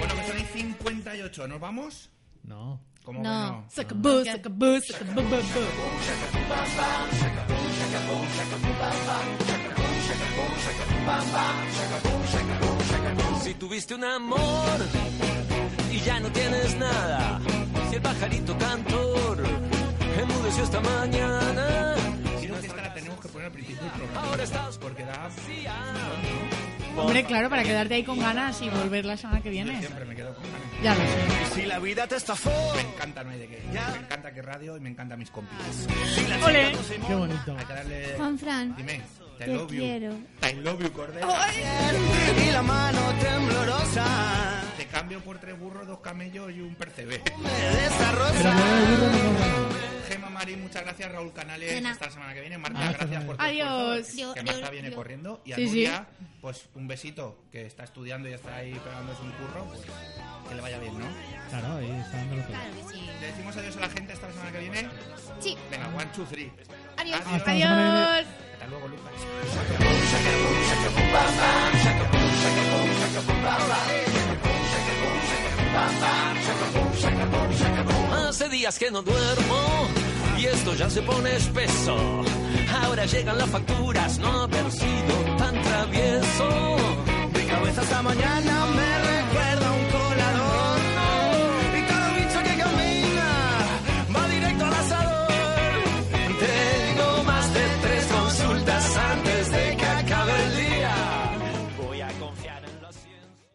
[SPEAKER 2] Bueno, que son 58. ¿Nos vamos?
[SPEAKER 3] No.
[SPEAKER 2] ¿Cómo que
[SPEAKER 14] No.
[SPEAKER 2] no?
[SPEAKER 7] Sacabú, sacabú, sacabú, bú, bú.
[SPEAKER 8] Si tuviste un amor y ya no tienes nada, si el pajarito cantor enmudeció esta mañana,
[SPEAKER 2] Creo que esta la tenemos que poner al principio del programa. Porque da...
[SPEAKER 7] Hombre, claro, para quedarte ahí con ganas y volver la semana que
[SPEAKER 2] Yo
[SPEAKER 7] viene.
[SPEAKER 2] siempre me quedo con ganas.
[SPEAKER 7] Ya lo sé.
[SPEAKER 8] si la vida te estafó,
[SPEAKER 15] Oh.
[SPEAKER 2] Me encanta, no hay de qué. Me encanta que radio y me encanta mis compis.
[SPEAKER 7] Ole.
[SPEAKER 3] Qué bonito.
[SPEAKER 2] Hay que darle...
[SPEAKER 6] Juanfran,
[SPEAKER 2] Dime, te,
[SPEAKER 6] Te
[SPEAKER 2] love you.
[SPEAKER 6] quiero.
[SPEAKER 2] I love you, Cordero.
[SPEAKER 15] Y la mano temblorosa
[SPEAKER 2] Te cambio por tres burros, dos camellos y un percebé.
[SPEAKER 15] me desarrolla.
[SPEAKER 2] Gema Mari, muchas gracias. Raúl Canales,
[SPEAKER 6] De nada.
[SPEAKER 2] hasta la semana que viene. Marta,
[SPEAKER 3] Ah, hasta
[SPEAKER 2] gracias
[SPEAKER 3] la
[SPEAKER 2] por tu
[SPEAKER 7] Adiós.
[SPEAKER 2] esfuerzo, Que
[SPEAKER 6] Yo-
[SPEAKER 2] Marta
[SPEAKER 6] yo-
[SPEAKER 2] viene
[SPEAKER 6] yo-
[SPEAKER 2] corriendo. Y a
[SPEAKER 7] Sí, sí.
[SPEAKER 2] Nuria, pues un besito, que está estudiando y está ahí pegándose un curro. Pues que le vaya bien, ¿no?
[SPEAKER 3] Claro, ahí está dándolo todo.
[SPEAKER 6] claro que sí.
[SPEAKER 2] Le decimos adiós a la gente hasta la semana que viene.
[SPEAKER 6] Sí,
[SPEAKER 2] Venga, one, two, three.
[SPEAKER 6] adiós.
[SPEAKER 3] Hasta la semana que viene.
[SPEAKER 7] Adiós.
[SPEAKER 2] Hasta luego, Lucas.
[SPEAKER 8] hace días que no duermo y esto ya se pone espeso. Ahora llegan las facturas, no haber sido tan travieso.
[SPEAKER 15] Mi cabeza esta mañana me recuerda a un colador. Y cada bicho que camina va directo al asador.
[SPEAKER 8] Tengo más de tres consultas antes de que acabe el día. Voy a confiar en los ciencias.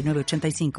[SPEAKER 16] 906985.